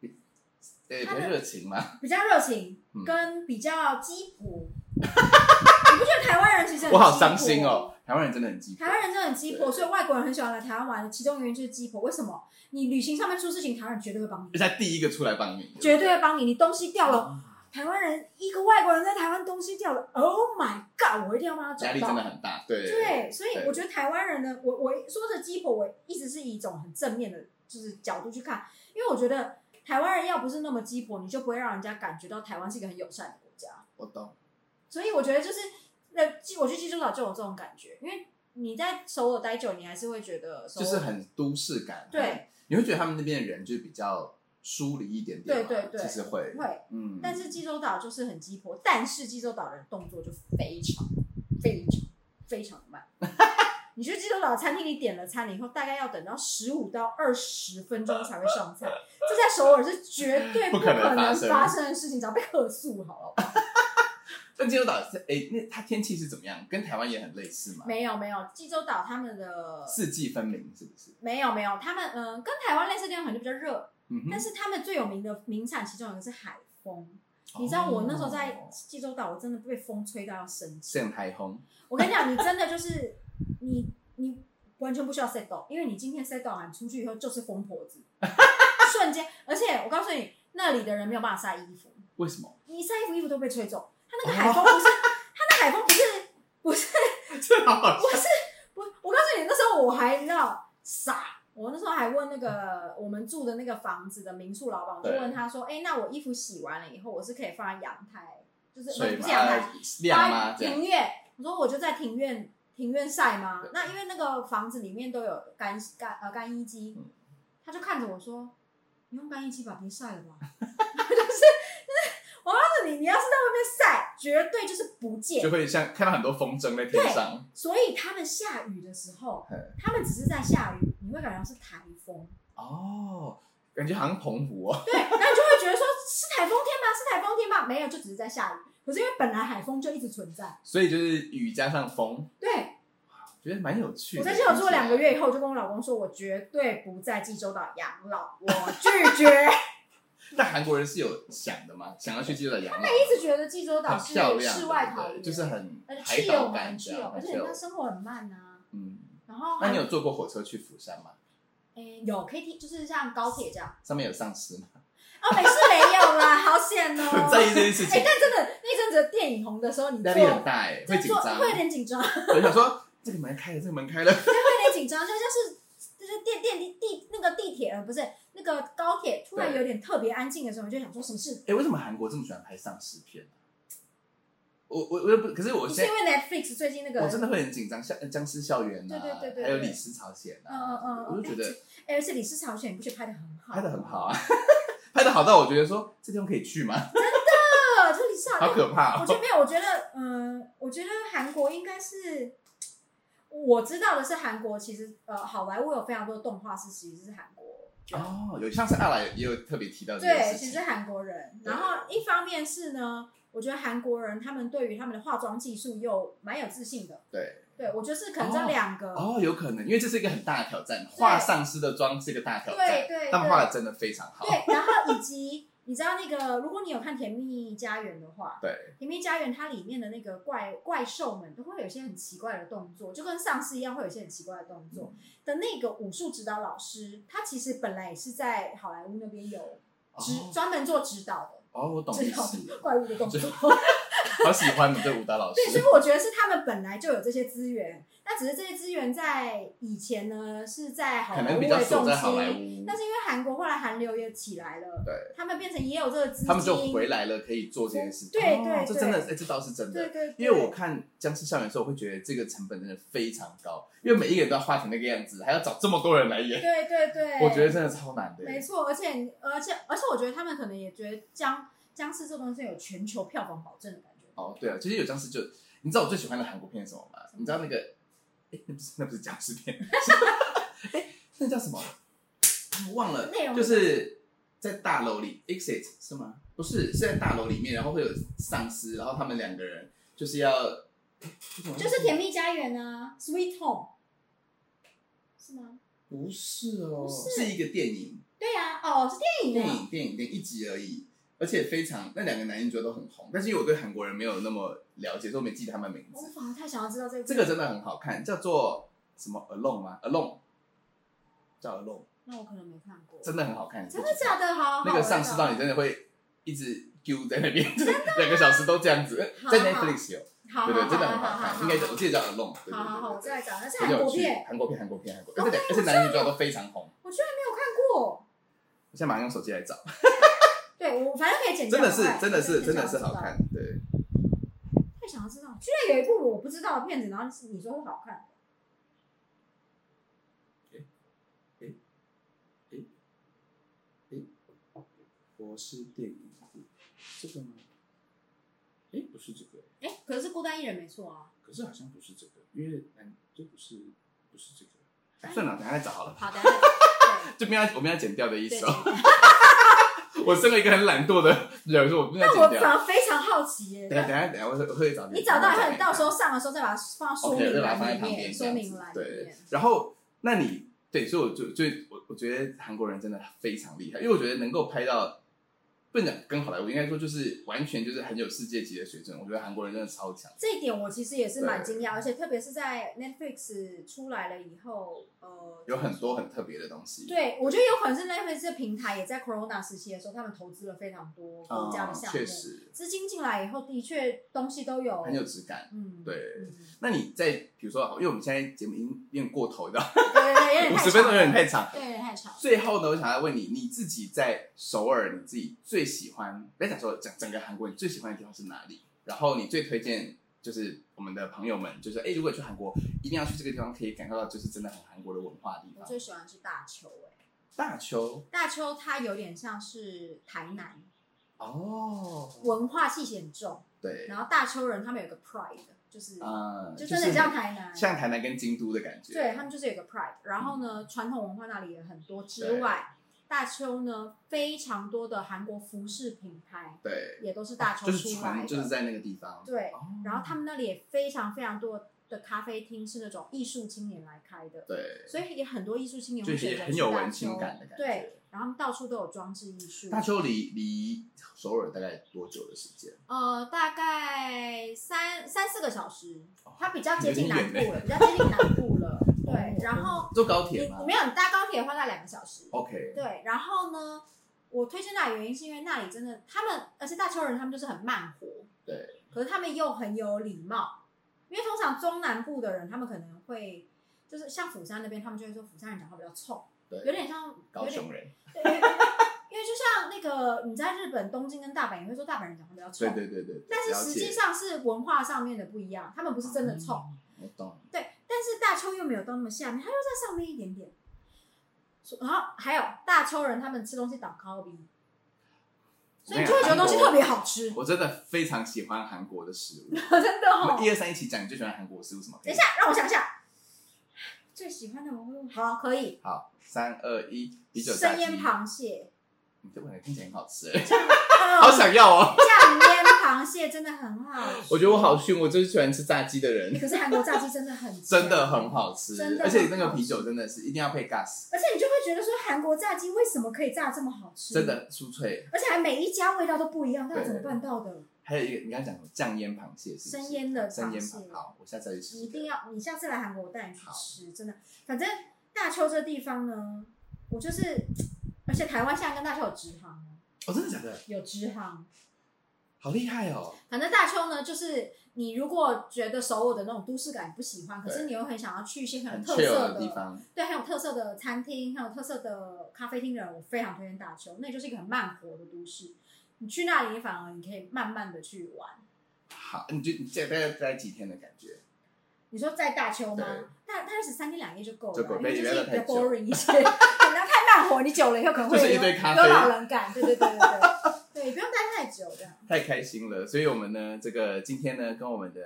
[SPEAKER 1] 对，比
[SPEAKER 2] 他
[SPEAKER 1] 较
[SPEAKER 2] 的
[SPEAKER 1] 热情嘛。
[SPEAKER 2] 比较热情，
[SPEAKER 1] 嗯
[SPEAKER 2] 跟比较鸡 婆。你不觉得台湾人其实很
[SPEAKER 1] 我好
[SPEAKER 2] 鸡婆
[SPEAKER 1] 伤心哦？，台湾人真的很鸡
[SPEAKER 2] 台湾人真的很鸡婆，
[SPEAKER 1] 对
[SPEAKER 2] 所以外国人很喜欢来台湾玩，其中原因就是鸡婆。为什么？你旅行上面出事情，台湾人绝对会帮
[SPEAKER 1] 而且
[SPEAKER 2] 你，
[SPEAKER 1] 他第一个出来帮你，
[SPEAKER 2] 绝对会帮你。你东西掉了，
[SPEAKER 1] 哦
[SPEAKER 2] 台湾人一个外国人在台湾东西掉了，Oh my god！我一定要帮他找
[SPEAKER 1] 压
[SPEAKER 2] 到。
[SPEAKER 1] 力真的很大。对
[SPEAKER 2] 对，所以
[SPEAKER 1] 对
[SPEAKER 2] 我觉得台湾人呢，我我说这鸡婆，我一直是以一种很正面的，就是角度去看，因为我觉得台湾人要不是那么鸡婆，你就不会让人家感觉到台湾是一个很友善的国家。
[SPEAKER 1] 我懂。
[SPEAKER 2] 所以我觉得就是那我去济州岛就有这种感觉，因为你在首尔待久，你还是会觉得首
[SPEAKER 1] 就
[SPEAKER 2] 尔
[SPEAKER 1] 是很都市感。
[SPEAKER 2] 对，
[SPEAKER 1] 你会觉得他们那边的人就是比较疏离一点点嘛。
[SPEAKER 2] 对对对
[SPEAKER 1] 其实会，
[SPEAKER 2] 会，
[SPEAKER 1] 嗯，
[SPEAKER 2] 但是济州岛就是很鸡婆，但是济州岛人动作就非常非常非常慢。 你去济州岛餐厅里点了餐了以后，大概要等到十五到二十分钟才会上菜，这在首尔是绝对
[SPEAKER 1] 不
[SPEAKER 2] 不
[SPEAKER 1] 可
[SPEAKER 2] 可
[SPEAKER 1] 能发
[SPEAKER 2] 能
[SPEAKER 1] 生
[SPEAKER 2] 发生的事情，只要被客诉好了。
[SPEAKER 1] 但济州岛是，哎，那它天气是怎么样？跟台湾也很类似嘛，
[SPEAKER 2] 没有没有，济州岛他们的
[SPEAKER 1] 四季分明是不是？
[SPEAKER 2] 没有没有，他们嗯、呃跟台湾类似的地方可能就比较热，
[SPEAKER 1] 嗯
[SPEAKER 2] 但
[SPEAKER 1] 哼，
[SPEAKER 2] 是他们最有名的名产其中一个是海风。你知道我那时候在
[SPEAKER 1] 哦
[SPEAKER 2] 济州岛，我真的被风吹到要生气。
[SPEAKER 1] 盛台风，
[SPEAKER 2] 我跟你讲，你真的就是你你完全不需要 set down，因为你今天 set down 完出去以后就是疯婆 子，瞬间。而且我告诉你，那里的人没有办法晒衣服，
[SPEAKER 1] 为什 么？
[SPEAKER 2] 你晒衣服衣服都被吹走。他那个海风
[SPEAKER 1] 哦
[SPEAKER 2] 不是，他那海风不是不是
[SPEAKER 1] 这好好笑
[SPEAKER 2] 不是不，我告诉你，那时候我还你知道傻，我那时候还问那个我们住的那个房子的民宿老板，我就
[SPEAKER 1] 对
[SPEAKER 2] 问他说，哎、那我衣服洗完了以后，我是可以放在阳台，就是
[SPEAKER 1] 水
[SPEAKER 2] 不
[SPEAKER 1] 吗
[SPEAKER 2] 啊是阳台，？
[SPEAKER 1] 亮 吗？这样
[SPEAKER 2] 庭院，我说我就在庭院庭院晒吗
[SPEAKER 1] 对？
[SPEAKER 2] 那因为那个房子里面都有干干呃干衣机，
[SPEAKER 1] 嗯
[SPEAKER 2] 他就看着我说：“你用干衣机吧，别晒了吧。” 就是就是， 我告诉你，你要是在外面晒，绝对就是不见
[SPEAKER 1] 就。会像看到很多风筝在天上，
[SPEAKER 2] 所以他们下雨的时候
[SPEAKER 1] 嘿，
[SPEAKER 2] 他们只是在下雨，你会感觉到是台风，
[SPEAKER 1] 哦，感觉好像澎湖哦，
[SPEAKER 2] 对，然后你就会觉得说是台风天吧，是台风天吧，没有，就只是在下雨。可是因为本来海风就一直存在，
[SPEAKER 1] 所以就是雨加上风，
[SPEAKER 2] 对
[SPEAKER 1] 觉得蛮有趣的。
[SPEAKER 2] 我在济州住了两个月以后，我就跟我老公说，我绝对不在济州岛养老，我拒绝。
[SPEAKER 1] 但韩国人是有想的吗？想要去济州岛养老？他
[SPEAKER 2] 一直觉得济州岛是
[SPEAKER 1] 很漂亮，
[SPEAKER 2] 世外
[SPEAKER 1] 对不
[SPEAKER 2] 桃
[SPEAKER 1] 对
[SPEAKER 2] 源，
[SPEAKER 1] 就是很
[SPEAKER 2] 而
[SPEAKER 1] 海
[SPEAKER 2] 且去
[SPEAKER 1] 岛
[SPEAKER 2] 有
[SPEAKER 1] 感
[SPEAKER 2] 蛮
[SPEAKER 1] 这
[SPEAKER 2] 去
[SPEAKER 1] 样，
[SPEAKER 2] 有，而且
[SPEAKER 1] 很 chill
[SPEAKER 2] 人家生活很慢呐、
[SPEAKER 1] 嗯，
[SPEAKER 2] 然后
[SPEAKER 1] 那
[SPEAKER 2] 还
[SPEAKER 1] 你有坐过火车去釜山吗？
[SPEAKER 2] 诶有 K T，就是像高铁这样。
[SPEAKER 1] 上面有丧尸吗？
[SPEAKER 2] 哦，没事没有啦，好险哦、
[SPEAKER 1] 很在意这件事
[SPEAKER 2] 哎、
[SPEAKER 1] 情，
[SPEAKER 2] 但真的那阵子电影红的时候，你
[SPEAKER 1] 压
[SPEAKER 2] 做
[SPEAKER 1] 力很大哎，会
[SPEAKER 2] 真
[SPEAKER 1] 紧
[SPEAKER 2] 做
[SPEAKER 1] 张。
[SPEAKER 2] 会有点紧张，会
[SPEAKER 1] 我想说这个门开了，这个门开了，
[SPEAKER 2] 有点紧张，就像是就是电电地地那个地铁呃不是那个高铁突然
[SPEAKER 1] 对
[SPEAKER 2] 有点特别安静的时候，你就想说什么事？
[SPEAKER 1] 哎，为什么韩国这么喜欢拍丧尸片啊？我我我也不，可是我
[SPEAKER 2] 不
[SPEAKER 1] 现
[SPEAKER 2] 是
[SPEAKER 1] 在
[SPEAKER 2] 因为 Netflix 最近那个，
[SPEAKER 1] 我真的会很紧张，像呃僵尸校园呐，
[SPEAKER 2] 对对对对
[SPEAKER 1] 还有
[SPEAKER 2] 对
[SPEAKER 1] 李斯朝鲜
[SPEAKER 2] 嗯嗯嗯
[SPEAKER 1] 呐，
[SPEAKER 2] 嗯
[SPEAKER 1] 啊我就觉得
[SPEAKER 2] 哎，而且李氏朝鲜，你不觉得拍的很好？
[SPEAKER 1] 拍的很好，啊， 拍的好到我觉得说这地方可以去吗？
[SPEAKER 2] 呃，这李氏朝
[SPEAKER 1] 好
[SPEAKER 2] 鲜，
[SPEAKER 1] 可怕
[SPEAKER 2] 我
[SPEAKER 1] 哦！
[SPEAKER 2] 觉得没有，我觉得，嗯，我觉得韩国应该是。我知道的是，韩国其实呃，好莱坞有非常多的动画师其实是韩国人
[SPEAKER 1] 哦，有像是阿来也有特别提到这件
[SPEAKER 2] 对，
[SPEAKER 1] 事
[SPEAKER 2] 其实
[SPEAKER 1] 情
[SPEAKER 2] 是，韩国人。
[SPEAKER 1] 对
[SPEAKER 2] 然后一方面是呢，我觉得韩国人他们对于他们的化妆技术又蛮有自信的。
[SPEAKER 1] 对，
[SPEAKER 2] 对，我觉得是可能这两个。
[SPEAKER 1] 哦，有可能，因为这是一个很大的挑战，画丧尸的妆是一个大挑
[SPEAKER 2] 对
[SPEAKER 1] 战，
[SPEAKER 2] 对
[SPEAKER 1] 他们画的
[SPEAKER 2] 对
[SPEAKER 1] 真的非常好，
[SPEAKER 2] 对，然后以及你知道那个，如果你有看《甜蜜家园》的话，
[SPEAKER 1] 对，
[SPEAKER 2] 《甜蜜家园》它里面的那个怪怪兽们都会有一些很奇怪的动作，就跟丧尸一样会有一些很奇怪的动作。
[SPEAKER 1] 嗯
[SPEAKER 2] 的那个武术指导老师，他其实本来也是在好莱坞那边有指
[SPEAKER 1] 哦
[SPEAKER 2] 专门做指导的，
[SPEAKER 1] 哦，我懂
[SPEAKER 2] 指
[SPEAKER 1] 意
[SPEAKER 2] 导
[SPEAKER 1] 思，
[SPEAKER 2] 怪物的动作
[SPEAKER 1] 知。 好喜欢你这舞蹈老
[SPEAKER 2] 对，所以
[SPEAKER 1] 师，
[SPEAKER 2] 我觉得是他们本来就有这些资源，那只是这些资源在以前呢是在好
[SPEAKER 1] 可
[SPEAKER 2] 莱
[SPEAKER 1] 能
[SPEAKER 2] 坞
[SPEAKER 1] 比较
[SPEAKER 2] 为
[SPEAKER 1] 锁
[SPEAKER 2] 重
[SPEAKER 1] 在好莱
[SPEAKER 2] 心，
[SPEAKER 1] 坞，
[SPEAKER 2] 但是因为韩国后来韩流也起来了，
[SPEAKER 1] 对，
[SPEAKER 2] 他们变成也有这个资金，
[SPEAKER 1] 他们就回来了，可以做这件事，
[SPEAKER 2] 对
[SPEAKER 1] 哦
[SPEAKER 2] 对
[SPEAKER 1] 这
[SPEAKER 2] 对
[SPEAKER 1] 真的，哎，这倒是真的
[SPEAKER 2] 对，对对，
[SPEAKER 1] 因为我看《僵尸校园》的时候，我会觉得这个成本真的非常高，因为每一个人都要画成那个样子，还要找这么多人来演，
[SPEAKER 2] 对对对，
[SPEAKER 1] 我觉得真的超难的。
[SPEAKER 2] 没错，而且而且而且我觉得他们可能也觉得僵僵尸这东西有全球票房保证的感觉，
[SPEAKER 1] 哦，对啊，其实有僵尸就，你知道我最喜欢的韩国片是什么吗
[SPEAKER 2] 什？么
[SPEAKER 1] 你知道那个，哎，那不是那不是僵尸 片，哎，那叫什么？我忘了
[SPEAKER 2] 内，容
[SPEAKER 1] 就是在大楼里，exit 是吗？不是，是在大楼里面，然后会有丧尸，然后他们两个人就是要，诶
[SPEAKER 2] 就是《甜蜜家园》啊，《Sweet Home》是吗？
[SPEAKER 1] 不是哦，
[SPEAKER 2] 不是
[SPEAKER 1] 是一个电影。
[SPEAKER 2] 对呀、啊，哦，是电影
[SPEAKER 1] 电
[SPEAKER 2] 啊
[SPEAKER 1] 影电影电影一集而已，而且非常那两个男女主角都很红，但是因为我对韩国人没有那么了解，所以我没记他们名
[SPEAKER 2] 我
[SPEAKER 1] 字。
[SPEAKER 2] 反而太想要知道这个
[SPEAKER 1] 这个真的很好看，叫做什么 Alone 吗？Alone 叫 Alone，
[SPEAKER 2] 那我可能没看过。
[SPEAKER 1] 真的很好看。
[SPEAKER 2] 真的假
[SPEAKER 1] 的？
[SPEAKER 2] 的？好，
[SPEAKER 1] 那个丧尸到你
[SPEAKER 2] 的。
[SPEAKER 1] 真的会一直揪在那边， 两个小时都这样子，
[SPEAKER 2] 好
[SPEAKER 1] 在 Netflix 有，
[SPEAKER 2] 好，
[SPEAKER 1] 对对，真的很
[SPEAKER 2] 好
[SPEAKER 1] 好看，应该我记得叫 Alone，对
[SPEAKER 2] 好好好，我
[SPEAKER 1] 对对
[SPEAKER 2] 再来找，那是
[SPEAKER 1] 对，
[SPEAKER 2] 韩
[SPEAKER 1] 很有
[SPEAKER 2] 国
[SPEAKER 1] 趣
[SPEAKER 2] 片，，
[SPEAKER 1] 韩国片，韩国片，韩国，而且而且男女主角都非常红，
[SPEAKER 2] 我居然没有看过。
[SPEAKER 1] 我现在马上用手机来找，
[SPEAKER 2] 对我反正可以剪掉，
[SPEAKER 1] 真的是
[SPEAKER 2] 快
[SPEAKER 1] 真的是真的是
[SPEAKER 2] 剪掉
[SPEAKER 1] 好看，对。
[SPEAKER 2] 太会想要知道，居然有一部我不知道的片子，然后你说会好看，
[SPEAKER 1] 博士电影，这个吗？哎，不是这个，
[SPEAKER 2] 哎、可是孤单一人没错啊。
[SPEAKER 1] 可是好像不是这个，因为嗯，这不是不是这个。哎算了，等一下再找好了。
[SPEAKER 2] 好的，对
[SPEAKER 1] 这边要我们要剪掉的一
[SPEAKER 2] 对
[SPEAKER 1] 首，
[SPEAKER 2] 对。对
[SPEAKER 1] 我身为一个很懒惰的人，说我不要
[SPEAKER 2] 但
[SPEAKER 1] 剪
[SPEAKER 2] 我反
[SPEAKER 1] 掉。
[SPEAKER 2] 而非常好奇耶、
[SPEAKER 1] 等一下等一下等一下，我会我会找
[SPEAKER 2] 你找到以后，你到时
[SPEAKER 1] 候。
[SPEAKER 2] 候上的时候再把它放到说
[SPEAKER 1] OK，我
[SPEAKER 2] 明
[SPEAKER 1] 就把它放
[SPEAKER 2] 栏
[SPEAKER 1] 在旁
[SPEAKER 2] 里面，
[SPEAKER 1] 边，
[SPEAKER 2] 说明栏
[SPEAKER 1] 栏。
[SPEAKER 2] 里
[SPEAKER 1] 对
[SPEAKER 2] 面。，
[SPEAKER 1] 然后那你对，所以我就就我我觉得韩国人真的非常厉害，因为我觉得能够拍到，不能讲跟好莱坞，应该说就是完全就是很有世界级的水准。我觉得韩国人真的超强。
[SPEAKER 2] 这一点我其实也是蛮惊讶，而且特别是在 Netflix 出来了以后，呃，
[SPEAKER 1] 有很多很特别的东西，，
[SPEAKER 2] 对我觉得有可能是 Netflix 这平台也在 Corona 时期的时候，他们投资了非常多国家的项目，
[SPEAKER 1] 啊
[SPEAKER 2] 哦
[SPEAKER 1] 确实
[SPEAKER 2] 资金进来以后，的确东西都有，
[SPEAKER 1] 很有质感。
[SPEAKER 2] 嗯，
[SPEAKER 1] 对
[SPEAKER 2] 嗯
[SPEAKER 1] 那你在比如说，因为我们现在节目已经有点过头了，
[SPEAKER 2] 对对对，有 点
[SPEAKER 1] 五
[SPEAKER 2] 太
[SPEAKER 1] 十分钟
[SPEAKER 2] 长
[SPEAKER 1] 有点
[SPEAKER 2] 了
[SPEAKER 1] 太长。
[SPEAKER 2] 对，有点太长。
[SPEAKER 1] 最后呢，我想要问你，你自己在首尔，你自己最喜欢，不要讲首尔，整整个韩国，你最喜欢的地方是哪里？然后你最推荐就是我们的朋友们，就是哎、诶如果去韩国，一定要去这个地方，可以感受到就是真的很韩国的文化的地
[SPEAKER 2] 我
[SPEAKER 1] 方。
[SPEAKER 2] 最喜欢是大邱、欸，
[SPEAKER 1] 大邱
[SPEAKER 2] 大邱它有点像是台南，
[SPEAKER 1] 哦，
[SPEAKER 2] 文化气息很重，
[SPEAKER 1] 对，
[SPEAKER 2] 然后大邱人他们有个 pride，就是、
[SPEAKER 1] 嗯，
[SPEAKER 2] 就真的像台
[SPEAKER 1] 就
[SPEAKER 2] 南，
[SPEAKER 1] 是像台南跟京都的感觉，
[SPEAKER 2] 对他们就是有个 pride，然后呢，
[SPEAKER 1] 嗯
[SPEAKER 2] 传统文化那里也很多之外，大邱呢非常多的韩国服饰品牌
[SPEAKER 1] 对，
[SPEAKER 2] 也都是大
[SPEAKER 1] 哦
[SPEAKER 2] 邱
[SPEAKER 1] 就是
[SPEAKER 2] 出来的，
[SPEAKER 1] 传就是在那个地方，
[SPEAKER 2] 对，
[SPEAKER 1] 哦
[SPEAKER 2] 然后他们那里也非常非常多的咖啡厅是那种艺术青年来开的，
[SPEAKER 1] 对，
[SPEAKER 2] 所以也很多艺术青年
[SPEAKER 1] 就
[SPEAKER 2] 会
[SPEAKER 1] 是
[SPEAKER 2] 选择
[SPEAKER 1] 很
[SPEAKER 2] 去
[SPEAKER 1] 有
[SPEAKER 2] 大
[SPEAKER 1] 文青
[SPEAKER 2] 邱，
[SPEAKER 1] 感的感觉。
[SPEAKER 2] 对，然后他们到处都有装置艺术，
[SPEAKER 1] 大邱离离首尔大概多久的时间？
[SPEAKER 2] 呃，大概三三四个小时
[SPEAKER 1] 哦，
[SPEAKER 2] 它比较接
[SPEAKER 1] 有
[SPEAKER 2] 近南
[SPEAKER 1] 点
[SPEAKER 2] 部
[SPEAKER 1] 远
[SPEAKER 2] 了，比较接近南部 了。
[SPEAKER 1] 哦
[SPEAKER 2] 对，然后
[SPEAKER 1] 坐高
[SPEAKER 2] 你
[SPEAKER 1] 铁吗
[SPEAKER 2] 没有你搭高铁的话，大概两个小时。
[SPEAKER 1] ？OK，
[SPEAKER 2] 对，然后呢，我推荐那里的原因是因为那里真的，他们而且大邱人他们就是很慢活，
[SPEAKER 1] 对，
[SPEAKER 2] 可是他们又很有礼貌，因为通常中南部的人他们可能会。就是像釜山那边，他们就会说釜山人讲话比较冲，
[SPEAKER 1] 对
[SPEAKER 2] 有点像
[SPEAKER 1] 高
[SPEAKER 2] 有点
[SPEAKER 1] 雄人，
[SPEAKER 2] 对，因为因为就像那个你在日本东京跟大阪也会说大阪人讲话比较
[SPEAKER 1] 对
[SPEAKER 2] 冲，
[SPEAKER 1] 对对对。
[SPEAKER 2] 但是实
[SPEAKER 1] 了
[SPEAKER 2] 际
[SPEAKER 1] 解
[SPEAKER 2] 上是文化上面的不一样，他们不是真的臭，，
[SPEAKER 1] 嗯我懂。
[SPEAKER 2] 对，但是大邱又没有到那么下面，他又在上面一点点。所然后还有大邱人他们吃东西倒高鼻，所以你就会觉得东西特别好吃，
[SPEAKER 1] 我真的非常喜欢韩国的食物。
[SPEAKER 2] 真的
[SPEAKER 1] 我
[SPEAKER 2] 哦
[SPEAKER 1] 们。一二三一起讲，你最喜欢韩国食物什么？
[SPEAKER 2] 等一下，让我想想，最喜欢的文物好可以，
[SPEAKER 1] 好，三二一，啤酒炸
[SPEAKER 2] 生
[SPEAKER 1] 鸡。
[SPEAKER 2] 腌螃蟹，
[SPEAKER 1] 你这碗听起来很好吃， 欸好
[SPEAKER 2] 好
[SPEAKER 1] 想要哦！
[SPEAKER 2] 嗯酱腌螃蟹真的很好吃。
[SPEAKER 1] 我觉得我好逊，我就是喜欢吃炸鸡的
[SPEAKER 2] 欸
[SPEAKER 1] 人，
[SPEAKER 2] 可是韩国炸鸡真的 很
[SPEAKER 1] 真的
[SPEAKER 2] 香
[SPEAKER 1] 很好吃
[SPEAKER 2] 真，的
[SPEAKER 1] 而且那
[SPEAKER 2] 很
[SPEAKER 1] 个
[SPEAKER 2] 好吃
[SPEAKER 1] 啤酒真的是一定要配 gas，
[SPEAKER 2] 而且你就会觉得说韩国炸鸡为什么可以炸这么好吃？
[SPEAKER 1] 真，的酥脆。
[SPEAKER 2] 而且还每一家味道都不一样，那怎么办到的？
[SPEAKER 1] 还有一个，你刚刚讲什么酱腌螃蟹是不是
[SPEAKER 2] 生腌的
[SPEAKER 1] 生腌
[SPEAKER 2] 螃蟹
[SPEAKER 1] 好，我下次再去吃。
[SPEAKER 2] 你一定要，你下次来韩国，我带你去
[SPEAKER 1] 好
[SPEAKER 2] 吃，真的。反正大邱这地方呢，我就是，而且台湾现在跟大邱有直航哦，
[SPEAKER 1] 哦，真的假的？
[SPEAKER 2] 有直航。
[SPEAKER 1] 好厉害哦！
[SPEAKER 2] 反正大邱呢，就是你如果觉得首尔的那种都市感不喜欢，可是
[SPEAKER 1] 对
[SPEAKER 2] 你又很想要去一些
[SPEAKER 1] 很
[SPEAKER 2] 很有特
[SPEAKER 1] chill
[SPEAKER 2] 色
[SPEAKER 1] 的地方，
[SPEAKER 2] 对，很有特色的餐厅，很有特色的咖啡厅的人，我非常推荐大邱，那就是一个很慢活的都市。你去那里，你反而你可以慢慢的去玩。
[SPEAKER 1] 好，你就你这大概待几天的感觉？
[SPEAKER 2] 你说在大邱吗
[SPEAKER 1] 对？
[SPEAKER 2] 大大概十三天两夜就够
[SPEAKER 1] 就
[SPEAKER 2] 了
[SPEAKER 1] 够
[SPEAKER 2] 啊，因为
[SPEAKER 1] 对
[SPEAKER 2] 就是
[SPEAKER 1] 不要
[SPEAKER 2] 比
[SPEAKER 1] 太
[SPEAKER 2] 较
[SPEAKER 1] 久
[SPEAKER 2] boring 一些，可能太慢活，你久了以后可能会
[SPEAKER 1] 就是一
[SPEAKER 2] 有
[SPEAKER 1] 堆咖啡
[SPEAKER 2] 有老人感，对对对对对，对，不用待太久这样。
[SPEAKER 1] 太开心了，所以我们呢，这个今天呢，跟我们的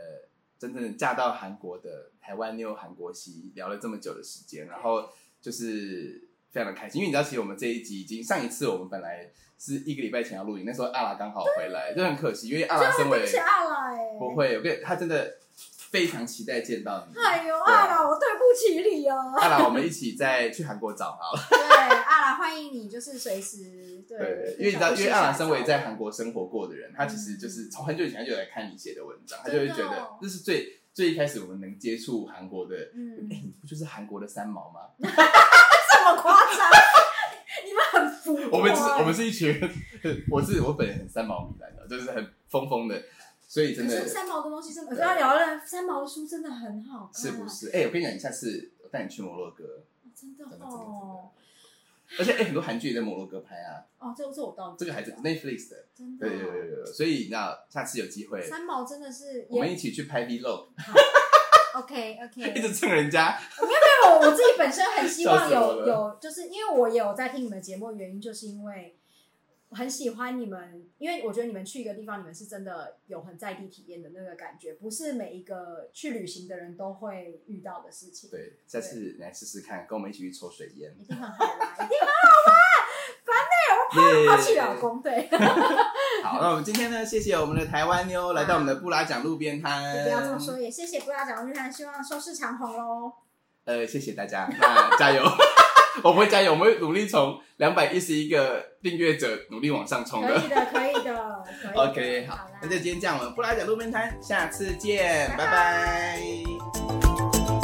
[SPEAKER 1] 真正嫁到韩国的台湾妞韩国媳聊了这么久的时间，然后就是非常的开心，因为你知道，其实我们这一集已经上一次我们本来是一个礼拜前要录影，那时候阿拉刚好回来，就很可惜，因为阿拉啊身
[SPEAKER 2] 对
[SPEAKER 1] 为
[SPEAKER 2] 不起阿拉哎，
[SPEAKER 1] 不会，我跟你他真的非常期待见到你。
[SPEAKER 2] 哎呦阿
[SPEAKER 1] 啊
[SPEAKER 2] 拉，我对不起你 哦。
[SPEAKER 1] 阿拉，我们一起再去韩国找好了。
[SPEAKER 2] 对阿拉，欢迎你，就是随时对
[SPEAKER 1] 对，，因为你知道，因为阿朗身为
[SPEAKER 2] 在。
[SPEAKER 1] 在韩国生活过的人，他其实就是从很久以前他就来看你写的文章，他就会觉
[SPEAKER 2] 嗯真的
[SPEAKER 1] 得
[SPEAKER 2] 哦
[SPEAKER 1] 这是最最一开始我们能接触韩国的。
[SPEAKER 2] 嗯
[SPEAKER 1] 哎，你不就是韩国的三毛吗？
[SPEAKER 2] 这么夸张？ 你们很浮夸欸
[SPEAKER 1] 我们是，我们是一群，我是我本人很三毛迷来的，就是很疯疯的，所以真
[SPEAKER 2] 可
[SPEAKER 1] 的
[SPEAKER 2] 是三毛的东西真的，我
[SPEAKER 1] 对
[SPEAKER 2] 刚刚聊了三毛的书真的很好看，
[SPEAKER 1] 是不是？哎，我跟你讲，你下次我带你去摩洛哥，
[SPEAKER 2] 哦？真的
[SPEAKER 1] 真的真的真的
[SPEAKER 2] 哦。
[SPEAKER 1] 而且哎、很多韩剧也在摩洛哥拍啊，
[SPEAKER 2] 哦，这这我倒
[SPEAKER 1] 这个还是
[SPEAKER 2] 知道
[SPEAKER 1] Netflix 的，
[SPEAKER 2] 真的
[SPEAKER 1] 对对对对对，所以那下次有机会，
[SPEAKER 2] 三毛真的是
[SPEAKER 1] 我们
[SPEAKER 2] 也
[SPEAKER 1] 一起去拍 vlog，
[SPEAKER 2] OK
[SPEAKER 1] 一
[SPEAKER 2] OK，
[SPEAKER 1] 直蹭人家，
[SPEAKER 2] 因为我我自己本身很希望
[SPEAKER 1] 笑死我
[SPEAKER 2] 有
[SPEAKER 1] 了
[SPEAKER 2] 有，就是因为我也有在听你们节目，原因就是因为我很喜欢你们，因为我觉得你们去一个地方，你们是真的有很在地体验的那个感觉，不是每一个去旅行的人都会遇到的事情。
[SPEAKER 1] 对，下次你来试试看，跟我们一起去抽水烟，
[SPEAKER 2] 一定很好玩，一定很
[SPEAKER 1] 耶
[SPEAKER 2] 啊好去老 公
[SPEAKER 1] 哎
[SPEAKER 2] 对，
[SPEAKER 1] 好，那我们今天呢，谢谢我们的台湾妞来到我们的布拉奖路边摊，
[SPEAKER 2] 不要这么啊说，也谢谢布拉奖日看，希望收视长虹喽。
[SPEAKER 1] 呃，谢谢大家，那加油！ 我不会加油，我们会努力从两百一十一个订阅者努力往上冲
[SPEAKER 2] 可
[SPEAKER 1] 的。
[SPEAKER 2] 以的，可以的，可以的。
[SPEAKER 1] OK，好
[SPEAKER 2] 好啦，
[SPEAKER 1] 那就今天这样，我们布拉奖路边摊，下次见，
[SPEAKER 2] 拜
[SPEAKER 1] 拜拜